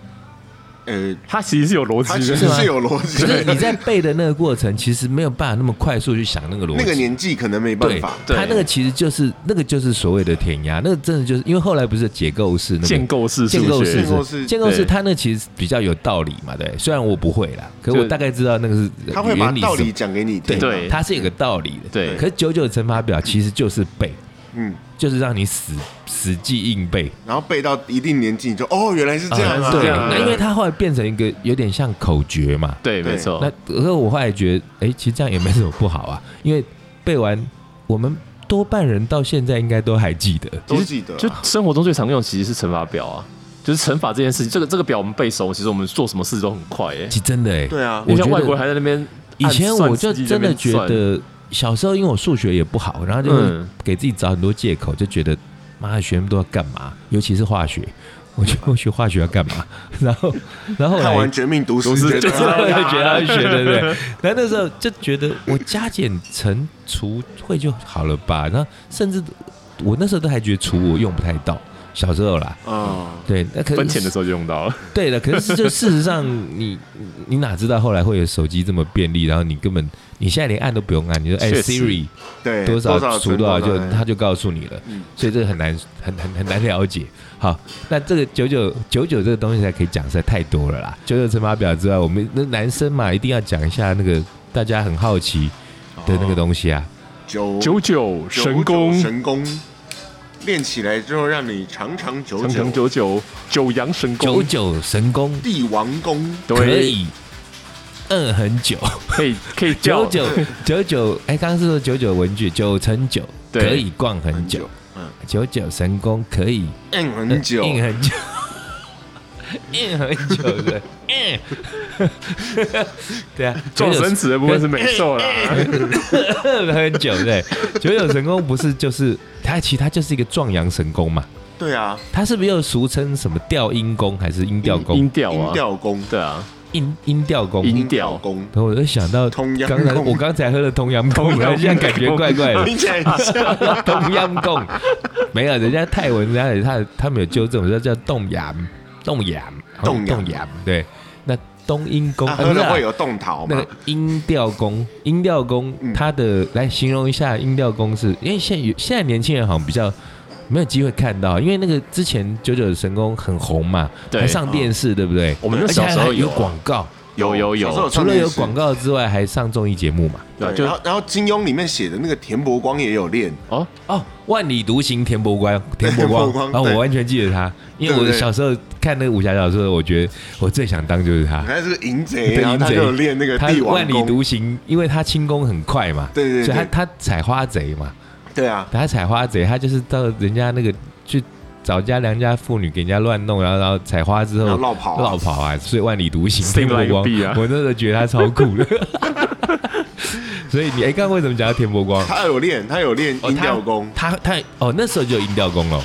Speaker 1: 呃，
Speaker 2: 他其实是有逻
Speaker 1: 他
Speaker 2: 辑
Speaker 1: 其
Speaker 2: 的，
Speaker 1: 实是有逻辑
Speaker 3: 可是你
Speaker 1: 的。
Speaker 3: 在背的那个过程，其实没有办法那么快速去想那个逻辑。
Speaker 1: 那个年纪可能没办
Speaker 3: 对
Speaker 1: 法，，
Speaker 2: 对
Speaker 3: 它那个其实就是那个就是所谓的填鸭，那个真的就是因为后来不是结构式那个
Speaker 2: 建构式数
Speaker 3: 建构
Speaker 2: 学，
Speaker 3: 式
Speaker 1: 建构式
Speaker 3: 建构式，
Speaker 2: 对
Speaker 3: 它那其实比较有道理嘛，对。虽然我不会啦，可我
Speaker 2: 就
Speaker 3: 大概知道那个是
Speaker 1: 他会把
Speaker 3: 原理是
Speaker 1: 道
Speaker 3: 什
Speaker 1: 理
Speaker 3: 么
Speaker 1: 讲给你听。啊
Speaker 2: 对
Speaker 3: 它是有个道理的。
Speaker 2: 对
Speaker 3: 可是九九乘法表其实就是背，
Speaker 1: 嗯，
Speaker 3: 就是让你死死记硬背。
Speaker 1: 然后背到一定年纪，你就哦，原来是这样啊。
Speaker 2: 啊
Speaker 3: 对，
Speaker 2: 这样啊
Speaker 3: 那因为它后来变成一个有点像口诀嘛。
Speaker 2: 对，没
Speaker 1: 哦
Speaker 2: 错
Speaker 3: 那，可我后来觉得，哎，其实这样也没什么不好啊， (laughs) 因为背完我们多半人到现在应该都还记得。
Speaker 1: 都记得啊。
Speaker 2: 就生活中最常用其实是乘法表啊，就是乘法这件事情，这个这个表我们背熟，其实我们做什么事都很快哎
Speaker 3: 其，实真的哎、
Speaker 1: 对啊，
Speaker 3: 我
Speaker 2: 因为
Speaker 3: 觉
Speaker 2: 像
Speaker 3: 得
Speaker 2: 外国人还在那边
Speaker 3: 以
Speaker 2: 按算机在
Speaker 3: 前
Speaker 2: 那边算，
Speaker 3: 我就真的觉得，小时候因为我数学也不好，然后就会
Speaker 2: 嗯
Speaker 3: 给自己找很多借口，就觉得妈的学那么多要干嘛？尤其是化学，我觉得 (laughs) 我学化学要干嘛？ (laughs) 然后，然后后
Speaker 1: 看
Speaker 3: 来 (laughs)
Speaker 1: 完《绝命毒师
Speaker 2: 毒》师
Speaker 1: 觉
Speaker 2: 就
Speaker 1: 得
Speaker 2: 知道
Speaker 1: 啊
Speaker 3: 我就觉得要学，对不对？
Speaker 2: (laughs)
Speaker 3: 然后那时候就觉得我加减乘除会就好了吧？然后甚至我那时候都还觉得除我用不太到，小时候啦。
Speaker 1: 啊，
Speaker 3: 对，那可
Speaker 2: 分钱的
Speaker 3: 时
Speaker 2: 时候就用到了，
Speaker 3: 候，对的。可是就事实上你，你哪知道后来会有手机这么便利？然后你根本你现在连按都不用按，你说哎
Speaker 2: 确实
Speaker 3: Siri
Speaker 1: 对，
Speaker 3: 多
Speaker 1: 少
Speaker 3: 少除
Speaker 1: 存
Speaker 3: 多少就
Speaker 1: 哎
Speaker 3: 他就告诉你了
Speaker 1: 嗯，
Speaker 3: 所以这个很难很很很难了解。好，那这个九九九九这个东西才可以讲，实在太多了啦。九九乘法表之外，我们那男生嘛一定要讲一下那个大家很好奇的那个东西啊。
Speaker 1: 九
Speaker 2: 九九
Speaker 1: 九
Speaker 2: 神功
Speaker 1: 九，神功，练起来之后让你长长久
Speaker 2: 长长久久，九阳神
Speaker 3: 九
Speaker 2: 功，
Speaker 3: 九神功
Speaker 1: 帝王功，
Speaker 3: 可
Speaker 2: 哦对，
Speaker 3: 以摁很久，
Speaker 2: 可以可以
Speaker 3: 九
Speaker 2: 叫
Speaker 3: 九九九，哎，刚刚是说九九文具，九乘九
Speaker 2: 对
Speaker 3: 可以逛很久，，
Speaker 1: 嗯，
Speaker 3: 九九神功可以
Speaker 1: 按很久，
Speaker 3: 硬很久，硬很久的，硬， (laughs) 对啊，
Speaker 2: 撞生词的部分是美兽啦， (laughs)
Speaker 3: (laughs) 很久对，九九神功不是就是它，其实它就是一个壮阳神功嘛，
Speaker 1: 对啊，
Speaker 3: 它是不是又俗称什么调音功还是音调
Speaker 2: 音
Speaker 3: 功？
Speaker 2: 调
Speaker 1: 音
Speaker 2: 啊，
Speaker 1: 调功，
Speaker 2: 对啊，
Speaker 3: 音音调功。
Speaker 2: 音
Speaker 3: 然
Speaker 1: 音调功，
Speaker 3: 后我就想到
Speaker 1: 通阳
Speaker 3: 刚才
Speaker 1: 功
Speaker 3: 我刚才喝了通阳功，
Speaker 2: 通
Speaker 3: 然
Speaker 2: 阳
Speaker 3: 后现在感觉
Speaker 2: 功
Speaker 3: 怪怪的。
Speaker 1: 听起来很
Speaker 3: (laughs)
Speaker 1: 像
Speaker 3: 东阳贡，没有，人家泰文，人家有他他们有纠正，我说叫洞阳，洞阳，好像
Speaker 1: 洞阳
Speaker 3: 洞阳，对，那东阴宫，
Speaker 1: 啊
Speaker 3: 呃
Speaker 1: 喝
Speaker 3: 不是啊
Speaker 1: 了会有动桃
Speaker 3: 那
Speaker 1: 嘛
Speaker 3: 个，音调宫，音调宫
Speaker 1: 嗯，
Speaker 3: 它的来形容一下音调宫是，因为现在有现在年轻人好像比较没有机会看到，因为那个之前九九神功很红嘛，
Speaker 2: 对
Speaker 3: 还上电
Speaker 1: 嗯
Speaker 3: 视，对不对？
Speaker 2: 我们那
Speaker 3: 而且
Speaker 2: 小时候
Speaker 3: 还有
Speaker 2: 有啊
Speaker 3: 广告，
Speaker 2: 有有有
Speaker 1: 小时候
Speaker 3: 除
Speaker 1: 上
Speaker 3: 了
Speaker 1: 电
Speaker 3: 有
Speaker 1: 视
Speaker 3: 广，告之外，还上综艺节目嘛。
Speaker 2: 对
Speaker 1: 对，
Speaker 2: 啊，
Speaker 1: 然
Speaker 2: 就
Speaker 1: 后然后金庸里面写的那个田伯光也有练，
Speaker 2: 哦，
Speaker 3: 哦，万里独行田伯
Speaker 1: (laughs)
Speaker 3: 光，田伯光
Speaker 1: 田伯，光
Speaker 3: 然后
Speaker 1: 对
Speaker 3: 我完全记得他，因为
Speaker 1: 对
Speaker 3: 我
Speaker 1: 对对
Speaker 3: 小时候看那个武侠小说，我觉得我最想当就是他。
Speaker 1: 他是个淫贼，
Speaker 3: 对
Speaker 1: 然后哎他
Speaker 3: 淫贼
Speaker 1: 就有练那个
Speaker 3: 他
Speaker 1: 帝王
Speaker 3: 万里
Speaker 1: 功，
Speaker 3: 独行，因为他轻功很快嘛，
Speaker 1: 对对对
Speaker 3: 所以他他采花贼嘛，
Speaker 1: 对啊，
Speaker 3: 他采花贼，他就是到人家那个去找人家良家妇女给人家乱弄，然后然后采花之后
Speaker 1: 然后绕跑啊
Speaker 3: 绕跑啊，所以万里独
Speaker 1: (laughs)
Speaker 3: 行
Speaker 2: 是另
Speaker 3: 田伯
Speaker 2: 外一个
Speaker 3: 光，
Speaker 2: 币啊
Speaker 3: 我那时候觉得他超酷的。 (laughs) 所以你哎，刚刚为什么讲到田伯光？
Speaker 1: 他有练，他有练
Speaker 3: 哦
Speaker 1: 音调功，
Speaker 3: 他他他哦，那时候就有音调功了。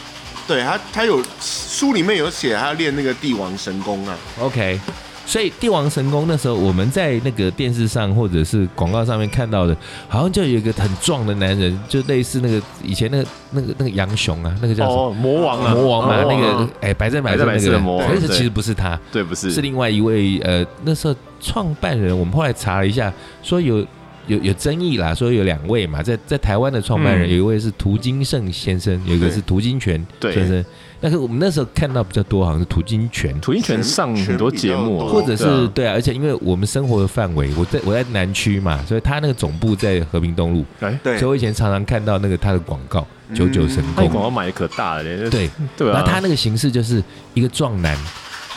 Speaker 1: 对他他有书里面有写他练那个帝王神功啊，
Speaker 3: OK，所以帝王神功那时候我们在那个电视上或者是广告上面看到的，好像就有一个很壮的男人，就类似那个以前那个那个那个杨雄啊，那个叫什么？
Speaker 2: 哦，魔王啊，
Speaker 3: 魔王嘛，那个
Speaker 2: 啊
Speaker 3: 哎、百战百
Speaker 2: 百战百
Speaker 3: 胜那
Speaker 2: 胜
Speaker 3: 个
Speaker 2: 的
Speaker 3: 人
Speaker 2: 魔王
Speaker 3: 可是
Speaker 2: 对
Speaker 3: 其实不是他，
Speaker 2: 对，不是
Speaker 3: 是另外一位呃，那时候创办人，我们后来查了一下，说有有有争议啦，说有两位嘛，在在台湾的创办人，
Speaker 2: 嗯
Speaker 3: 有一位是涂金胜先生，有一个
Speaker 1: 对
Speaker 3: 是涂金泉
Speaker 2: 对
Speaker 3: 先生。但是我们那时候看到比较多，好像是涂金泉，
Speaker 2: 土鹰犬上很多节
Speaker 1: 拳拳
Speaker 2: 目啊，
Speaker 1: 比较多
Speaker 3: 或者是
Speaker 2: 对啊
Speaker 3: 对啊，而且因为我们生活的范围，我在我在南区嘛，所以他那个总部在和平东路，
Speaker 2: 哎，
Speaker 1: 对
Speaker 3: 所以，我以前常常看到那个他的广告“
Speaker 1: 嗯
Speaker 3: 九九神
Speaker 2: 他
Speaker 3: 功
Speaker 2: 广”，告买的可大了嘞，
Speaker 3: 对，
Speaker 2: 对
Speaker 3: 然
Speaker 2: 啊，
Speaker 3: 后他那个形式就是一个壮男，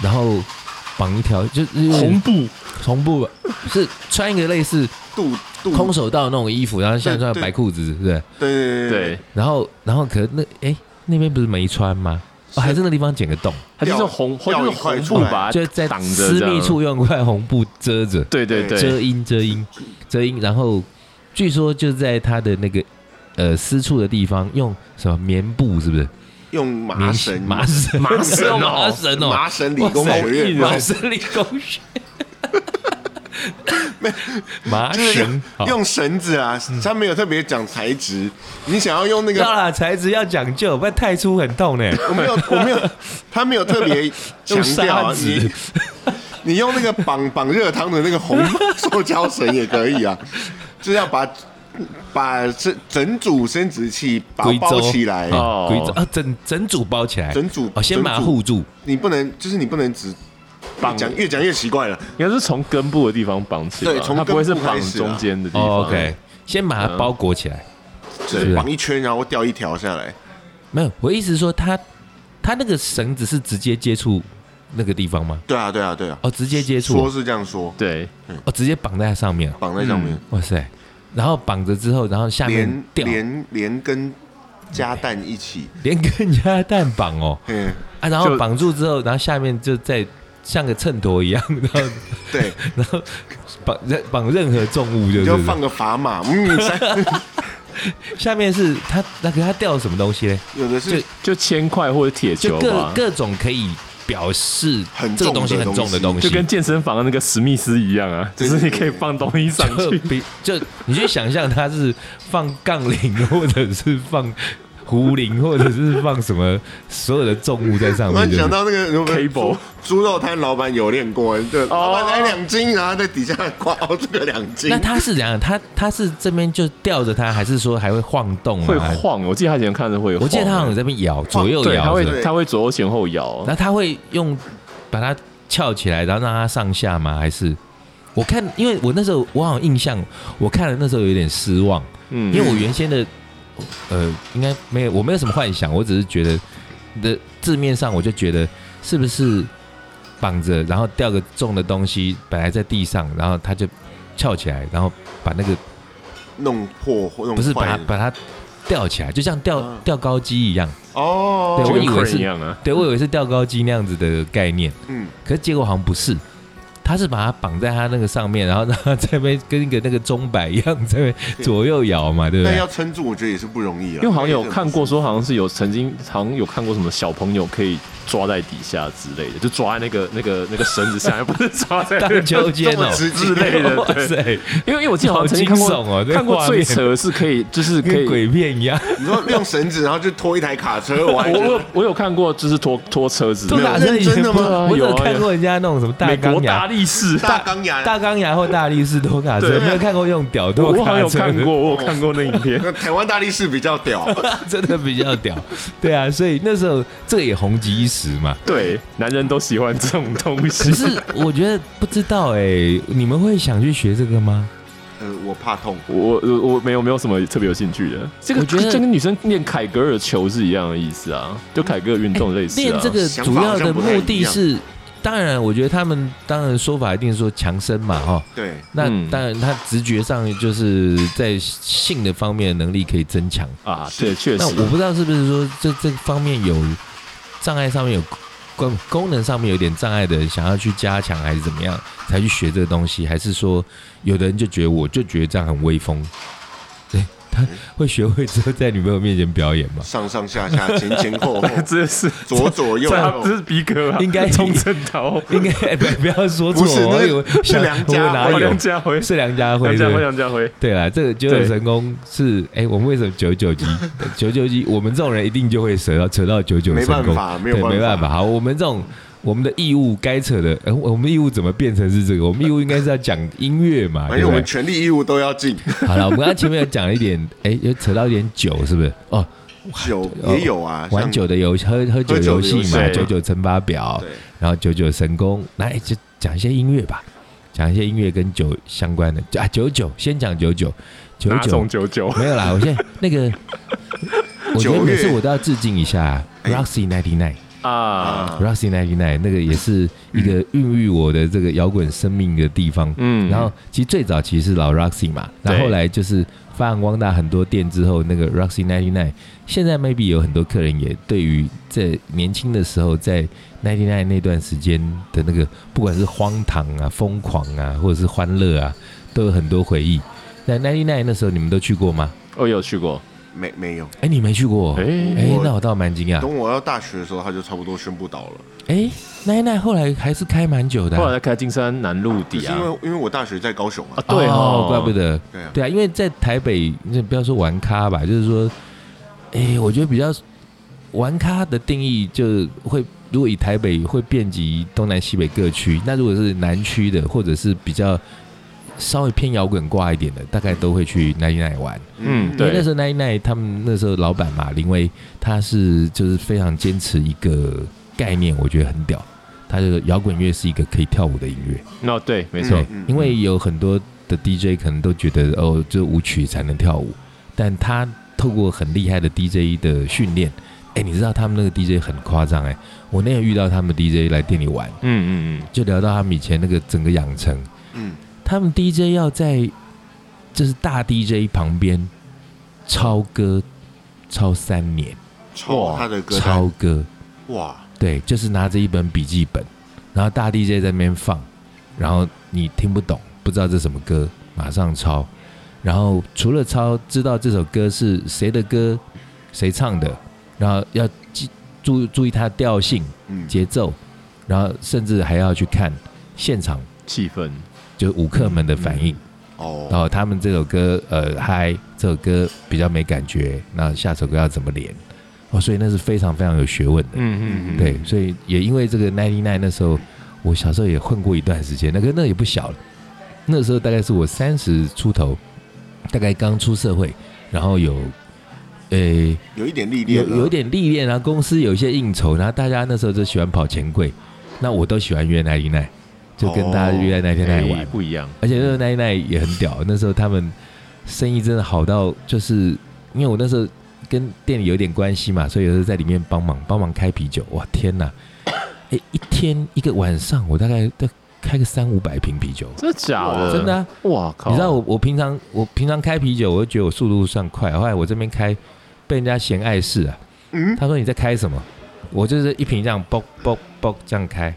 Speaker 3: 然后绑一条就是
Speaker 1: 嗯
Speaker 2: 红布
Speaker 3: 红布，是穿一个类似
Speaker 1: 杜杜
Speaker 3: 空手道那种衣服，然后像穿白裤子，对不对？
Speaker 1: 对对
Speaker 2: 对，
Speaker 3: 然后然后可那哎那边不是没穿吗？哦，还是那地方剪个洞，
Speaker 2: 他就是红，他
Speaker 1: 掉
Speaker 2: 就是
Speaker 1: 掉一块
Speaker 2: 红
Speaker 1: 出
Speaker 2: 布
Speaker 1: 来
Speaker 2: 把它
Speaker 3: 就是在
Speaker 2: 挡着
Speaker 3: 私
Speaker 2: 这样
Speaker 3: 密处，用一块红布遮着。
Speaker 2: 啊对对对
Speaker 3: 遮，阴遮阴遮阴，然后据说就在他的那个呃私处的地方用什么棉布，是不是？
Speaker 1: 用麻
Speaker 3: 棉
Speaker 1: 绳
Speaker 3: 麻绳
Speaker 2: 麻绳哦
Speaker 3: 麻绳哦，
Speaker 1: 麻绳理工
Speaker 3: 哇塞
Speaker 1: 学
Speaker 2: 好硬
Speaker 1: 院
Speaker 2: 哦
Speaker 3: 麻绳理工学，麻
Speaker 1: 就是
Speaker 3: 绳哦
Speaker 1: 用
Speaker 3: 好嗯
Speaker 1: 用绳子啊，他没有特别讲材质，你想要用那
Speaker 3: (laughs) 要
Speaker 1: 个，
Speaker 3: 啦，材质要讲究，不然太粗很痛呢。
Speaker 1: 我没有，我没有，他没有特别强调
Speaker 3: 用沙
Speaker 1: 啊，
Speaker 3: 子
Speaker 1: 你 (laughs) 你用那个绑绑热汤的那个红塑胶绳也可以啊，就是要把把整整组生殖器 (laughs) 把它
Speaker 3: 规
Speaker 1: 包
Speaker 3: 周
Speaker 1: 起来，
Speaker 3: 啊
Speaker 2: 哦
Speaker 3: 规周啊，整整组包起来，
Speaker 1: 整组
Speaker 3: 哦，先把它
Speaker 1: 整组
Speaker 3: 护住，
Speaker 1: 你不能就是你不能只
Speaker 2: 绑
Speaker 1: 讲越讲越奇怪了，
Speaker 2: 应该是从根部的地方绑起来吧，
Speaker 1: 对从
Speaker 2: 它不会是
Speaker 1: 根部
Speaker 2: 绑
Speaker 1: 开始啊
Speaker 2: 中间的地方
Speaker 3: 哦。OK，先把它
Speaker 2: 嗯
Speaker 3: 包裹起来。
Speaker 1: 就是绑一圈然后掉一条下来，
Speaker 3: 没有，我意思是说他他那个绳子是直接接触那个地方吗？
Speaker 1: 对啊对啊对啊，
Speaker 3: 哦，直接接触
Speaker 1: 说
Speaker 3: 哦，
Speaker 1: 是这样说，
Speaker 2: 对，
Speaker 3: 哦，直接绑在它上面哦，
Speaker 1: 绑在上面。
Speaker 3: 哇塞！然后绑着之后，然后下面
Speaker 1: 连
Speaker 3: 掉
Speaker 1: 连连跟加蛋一起，
Speaker 3: 连跟人家蛋
Speaker 1: (laughs)
Speaker 3: 绑哦
Speaker 1: 嗯，
Speaker 3: 啊，然
Speaker 2: 就
Speaker 3: 后绑住之后，然后下面就再像个秤砣一样， (laughs) 然后
Speaker 1: 对，
Speaker 3: 然后绑任绑任何重物
Speaker 1: 你
Speaker 3: 就是
Speaker 1: 就放个砝码，嗯，三 (laughs)
Speaker 3: 下面是它那个它掉了什么东西嘞？
Speaker 1: 有的是
Speaker 3: 就
Speaker 2: 就铅块或者铁
Speaker 3: 就
Speaker 2: 球
Speaker 3: 各
Speaker 2: 吧，
Speaker 3: 各种可以表示
Speaker 1: 很
Speaker 3: 这个东西
Speaker 1: 重的
Speaker 3: 很重的
Speaker 1: 东
Speaker 3: 东西，
Speaker 2: 就跟健身房的那个史密斯一样啊，
Speaker 1: 对
Speaker 2: 只是
Speaker 1: 对
Speaker 2: 你
Speaker 1: 对
Speaker 2: 可以放东西上
Speaker 3: 就 (laughs)
Speaker 2: 去。
Speaker 3: 比就你去想象它是放杠铃，或者是放壶铃，或者是放什么所有的重物在上
Speaker 1: 我
Speaker 3: 面、
Speaker 1: 们
Speaker 3: 就是，
Speaker 1: 想到那个我们
Speaker 2: Cable
Speaker 1: 猪猪肉摊老板有练过，对，老板来两斤，然后在底下挂哦这个两斤
Speaker 3: 那，他是怎样？他他是这边就吊着他，还是说还会晃动、啊？
Speaker 2: 会。晃，我记得他以前看着会晃。
Speaker 3: 我记得他好像有在那边摇，左右
Speaker 2: 对，他
Speaker 3: 摇是吧，
Speaker 2: 会他会左右前后
Speaker 1: 哦
Speaker 2: 摇。
Speaker 3: 那他会用把它翘起来，然后让它上下吗？还是我看，因为我那时候我好像印象，我看了那时候有点失望，
Speaker 2: 嗯
Speaker 3: 因为我原先的呃，应该没有，我没有什么幻想，我只是觉得的字面上我就觉得是不是绑着，然后吊个重的东西，本来在地上，然后它就翘起来，然后把那个
Speaker 1: 弄破或弄
Speaker 3: 不是把
Speaker 1: 坏
Speaker 3: 它把它吊起来，就像吊
Speaker 1: 嗯
Speaker 3: 吊高机一样。
Speaker 1: 哦
Speaker 3: 对，
Speaker 2: 就
Speaker 3: 我
Speaker 2: 跟
Speaker 3: 以为
Speaker 2: crane
Speaker 3: 是
Speaker 2: 一样啊，
Speaker 3: 对我以为是吊高机那样子的概念，
Speaker 1: 嗯，
Speaker 3: 可是结果好像不是，他是把它绑在它那个上面，然后让它在那边跟一个那个钟摆一样在那边左右摇嘛，对不
Speaker 1: 但
Speaker 3: 对
Speaker 1: 要？撑住，我觉得也是不容易了，啊
Speaker 2: 因为好像有看过说，好像是有曾经好像有看过什么小朋友可以抓在底下之类的，就抓在那个那个那个绳子下， (laughs) 不是抓在那个
Speaker 3: 荡秋千
Speaker 1: 这么
Speaker 3: 哦，
Speaker 1: 直
Speaker 2: 之
Speaker 1: 接
Speaker 2: 类的。
Speaker 3: 哇
Speaker 2: 对，
Speaker 3: 塞，
Speaker 2: 因为因为我记得好像曾经
Speaker 3: 好
Speaker 2: 看过
Speaker 3: 惊悚哦这个
Speaker 2: 看过
Speaker 3: 画
Speaker 2: 最
Speaker 3: 面
Speaker 2: 扯的是可以就是可
Speaker 3: 跟
Speaker 2: 以
Speaker 3: 鬼片一样，
Speaker 1: (laughs) 你说用绳子，然后就拖一台卡车，我
Speaker 2: 我
Speaker 1: 还觉
Speaker 2: 我有
Speaker 1: 得
Speaker 2: 我有看过，就是拖拖车子，
Speaker 3: 都
Speaker 2: 没有
Speaker 3: 打
Speaker 1: 认
Speaker 3: 成以
Speaker 1: 真
Speaker 3: 前
Speaker 1: 的
Speaker 3: 不
Speaker 1: 吗
Speaker 3: (laughs) 我只
Speaker 2: 有
Speaker 3: 有
Speaker 2: 啊
Speaker 3: 看
Speaker 2: 有
Speaker 3: 过人家那种什么大
Speaker 2: 美国
Speaker 3: 钢牙
Speaker 2: 大、力士，
Speaker 1: 大
Speaker 3: (laughs)
Speaker 1: 钢牙
Speaker 3: 大钢牙或大力士拖卡车，
Speaker 2: 对
Speaker 3: 没有看过用屌
Speaker 2: 我
Speaker 3: 拖
Speaker 2: 我好像
Speaker 3: 卡
Speaker 2: 有
Speaker 3: 车，
Speaker 2: 看过，我有看过那影
Speaker 3: (laughs)
Speaker 2: 片。
Speaker 1: 那台湾大力士比较屌，
Speaker 3: 真的比较屌。对啊，所以那时候这个也红极一时
Speaker 2: (laughs)
Speaker 3: 嘛。
Speaker 2: 对，男人都喜欢这种东西。
Speaker 3: 可是我觉得不知道哎、你们会想去学这个吗？
Speaker 1: 呃，我怕痛，
Speaker 2: 我我我没有没有什么特别有兴趣的，这个
Speaker 3: 我觉得
Speaker 2: 这跟女生练凯格尔球是一样的意思啊，就凯格尔运动类似啊。
Speaker 3: 练这个主要的目的是，当然，我觉得他们当然说法一定是说强身嘛，哈。
Speaker 1: 对，
Speaker 3: 那
Speaker 2: 嗯
Speaker 3: 当然，他直觉上就是在性的方面的能力可以增强。
Speaker 2: 啊，对，确
Speaker 3: 那
Speaker 2: 实
Speaker 3: 我不知道是不是说这这方面有障碍上面有功功能上面有点障碍的人，想要去加强还是怎么样，才去学这个东西？还是说，有的人就觉得我就觉得这样很威风？对，他会学会之后在女朋友面前表演吗？
Speaker 1: 上上下下、前前后后、
Speaker 2: (laughs) 这是
Speaker 1: 左左右
Speaker 2: (laughs) 这他
Speaker 1: 右
Speaker 2: 这，是逼格吧？
Speaker 3: 应该
Speaker 2: 从正头，
Speaker 3: 应该、哎不不要说错
Speaker 1: 不是，
Speaker 3: 我
Speaker 1: 那
Speaker 3: 以为
Speaker 1: 是
Speaker 3: 想
Speaker 1: 梁家
Speaker 3: 我哪
Speaker 1: 哎呦
Speaker 2: 哦
Speaker 3: 有
Speaker 2: 梁家辉，
Speaker 3: 是梁家辉
Speaker 2: 梁家辉，
Speaker 3: 对不对
Speaker 2: 梁家辉，
Speaker 3: 对啦，这个九九
Speaker 2: 对
Speaker 3: 神功是哎、我们为什么
Speaker 1: (laughs)
Speaker 3: 九九级？九九级，我们这种人一定就会扯到扯到九九
Speaker 1: 没
Speaker 3: 神
Speaker 1: 办
Speaker 3: 功，
Speaker 1: 法，没有
Speaker 3: 对，没办法。好，我们这种我们的义务该扯的，哎、我们义务怎么变成是这个？我们义务应该是要讲音
Speaker 1: (laughs)
Speaker 3: 乐嘛，
Speaker 1: 反
Speaker 3: 对
Speaker 1: 正哎
Speaker 3: 不
Speaker 1: 我们
Speaker 3: 对？
Speaker 1: 权利义务都要尽，
Speaker 3: 好了，我们刚刚前面有讲了一点，哎、有扯到一点酒，是不是？哦，
Speaker 1: 酒也有啊，
Speaker 3: 玩
Speaker 1: 像
Speaker 3: 酒的游戏，喝喝酒
Speaker 1: 喝酒
Speaker 3: 游
Speaker 1: 的
Speaker 3: 戏
Speaker 1: 游戏
Speaker 3: 嘛，
Speaker 2: 对
Speaker 3: 九九乘法表
Speaker 1: 对，
Speaker 3: 然后九九神功，来就讲一些音乐吧，讲一些音乐跟酒相关的啊，九九先讲九九，九
Speaker 2: 哪
Speaker 3: 九
Speaker 2: 种九九？
Speaker 3: 没有啦，我现在那个，我觉得
Speaker 1: 九
Speaker 3: 每
Speaker 1: 月
Speaker 3: 次我都要致敬一下
Speaker 1: 哎
Speaker 3: Roxy Ninety Nine。
Speaker 2: 啊，
Speaker 1: 啊，
Speaker 3: Roxy Ninety Nine 那个也是一个孕育我的这个摇滚生命的地方。
Speaker 2: 嗯
Speaker 3: 然后其实最早其实是老 Roxy 嘛，然
Speaker 2: 对
Speaker 3: 后后来就是发扬光大很多店之后，那个 Roxy Ninety Nine 现在 maybe 有很多客人也对于在年轻的时候在 Ninety Nine 那段时间的那个不管是荒唐啊、疯狂啊，或者是欢乐啊，都有很多回忆。那 Ninety Nine 那时候你们都去过吗？
Speaker 2: 哦，有去过，
Speaker 1: 没没有。
Speaker 3: 哎，你没去过？
Speaker 2: 哎
Speaker 3: 哎，那我倒蛮惊讶。
Speaker 1: 等我要大学的时候，他就差不多宣布倒了。
Speaker 3: 哎，Ninety Nine 后来还是开蛮久的啊、
Speaker 2: 后来开金山南路
Speaker 1: 只
Speaker 2: 底
Speaker 1: 是
Speaker 2: 啊
Speaker 1: 因，为因为我大学在高雄
Speaker 2: 啊
Speaker 1: 啊，
Speaker 2: 对哦，
Speaker 3: 怪不得。
Speaker 1: 对啊，
Speaker 3: 对啊，因为在台北，那不要说玩咖吧，就是说，哎、我觉得比较玩咖的定义，就会如果以台北会遍及东南西北各区，那如果是南区的，或者是比较稍微偏摇滚挂一点的，大概都会去 n i 奈玩。
Speaker 2: 嗯
Speaker 3: 因为
Speaker 2: 对
Speaker 3: 那时候 n i 奈他们那时候老板嘛，林威他是就是非常坚持一个概念，我觉得很屌，他就是摇滚乐是一个可以跳舞的音乐。
Speaker 2: 那对，没错
Speaker 3: 对，
Speaker 1: 嗯，
Speaker 3: 因为有很多的 DJ 可能都觉得哦，就舞曲才能跳舞，但他透过很厉害的 DJ 的训练，哎，你知道他们那个 DJ 很夸张哎，我那天遇到他们 DJ 来店里玩，
Speaker 2: 嗯嗯
Speaker 3: 就聊到他们以前那个整个养成，
Speaker 1: 嗯，
Speaker 3: 他们 DJ 要在就是大 DJ 旁边超歌超三年，
Speaker 1: 超他的歌
Speaker 3: 超
Speaker 1: 单，
Speaker 3: 歌，
Speaker 1: 哇，
Speaker 3: 对，就是拿着一本笔记本，然后大 DJ 在那边放，然后你听不懂，不知道这什么歌，马上抄。然后除了抄，知道这首歌是谁的歌，谁唱的，然后要记注注意它的调性、
Speaker 1: 嗯，
Speaker 3: 节奏，然后甚至还要去看现场，
Speaker 2: 嗯，气氛
Speaker 3: 就是舞客们的反应。然
Speaker 1: 哦，
Speaker 3: 后他们这首歌，呃，嗨，这首歌比较没感觉，那下首歌要怎么连？哦，所以那是非常非常有学问的。
Speaker 2: 嗯嗯嗯，
Speaker 3: 对，所以也因为这个 ninety nine 那时候，我小时候也混过一段时间，那个那也不小了，那时候大概是我三十出头，大概刚出社会，然后有，呃、
Speaker 1: 有一点历练
Speaker 3: 有
Speaker 1: 了，
Speaker 3: 有点历练，然后公司有一些应酬，然后大家那时候就喜欢跑钱柜，那我都喜欢约 ninety nine，就跟大家约在 ninety
Speaker 2: 哎
Speaker 3: nine 玩，
Speaker 2: 不一样，
Speaker 3: 而且那个 ninety nine 也很屌，那时候他们生意真的好到，就是因为我那时候跟店里有点关系嘛，所以有时候在里面帮忙帮忙开啤酒。哇，天哪！ (coughs) 哎、一天一个晚上，我大概得开个三五百瓶啤酒，
Speaker 2: 真的假的？
Speaker 1: 哇
Speaker 3: 真的、啊。
Speaker 2: 哇呃靠！
Speaker 3: 你知道我我平常我平常开啤酒，我就觉得我速度算快，后来我这边开被人家嫌碍事啊。
Speaker 1: 嗯，
Speaker 3: 他说你在开什么？我就是一瓶这样嘣嘣嘣这样开。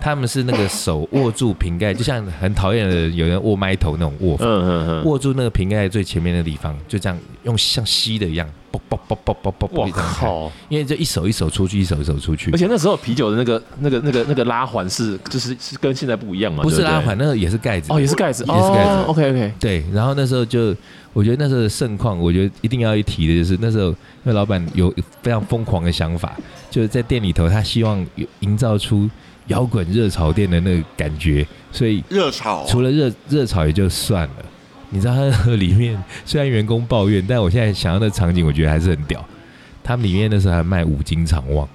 Speaker 3: 他们是那个手握住瓶盖，就像很讨厌的人有人握麦头那种握法，
Speaker 2: 嗯嗯嗯，
Speaker 3: 握住那个瓶盖最前面的地方，就这样用像吸的一样，嘣嘣嘣嘣嘣嘣
Speaker 2: 我
Speaker 3: 嘣这样开。
Speaker 2: 靠！
Speaker 3: 因为就一手一手出去，一手一手出去
Speaker 2: 而，且那时候啤酒的那个、那个、那个、那个拉环是，就是是跟现在不一样嘛，
Speaker 3: 不是
Speaker 2: 对对
Speaker 3: 拉环，那个也是盖子。
Speaker 2: 哦，也是盖子，哦
Speaker 3: 也是盖子
Speaker 2: OK OK，
Speaker 3: 对，然后那时候就，我觉得那时候的盛况，我觉得一定要一提的就是那时候，因为老板有非常疯狂的想法，就是在店里头，他希望有营造出摇滚热炒店的那个感觉，所以
Speaker 1: 热炒，啊
Speaker 3: 除了热热炒也就算了，你知道他里面虽然员工抱怨，但我现在想到的场景，我觉得还是很屌。他们里面那时候还卖五金肠旺，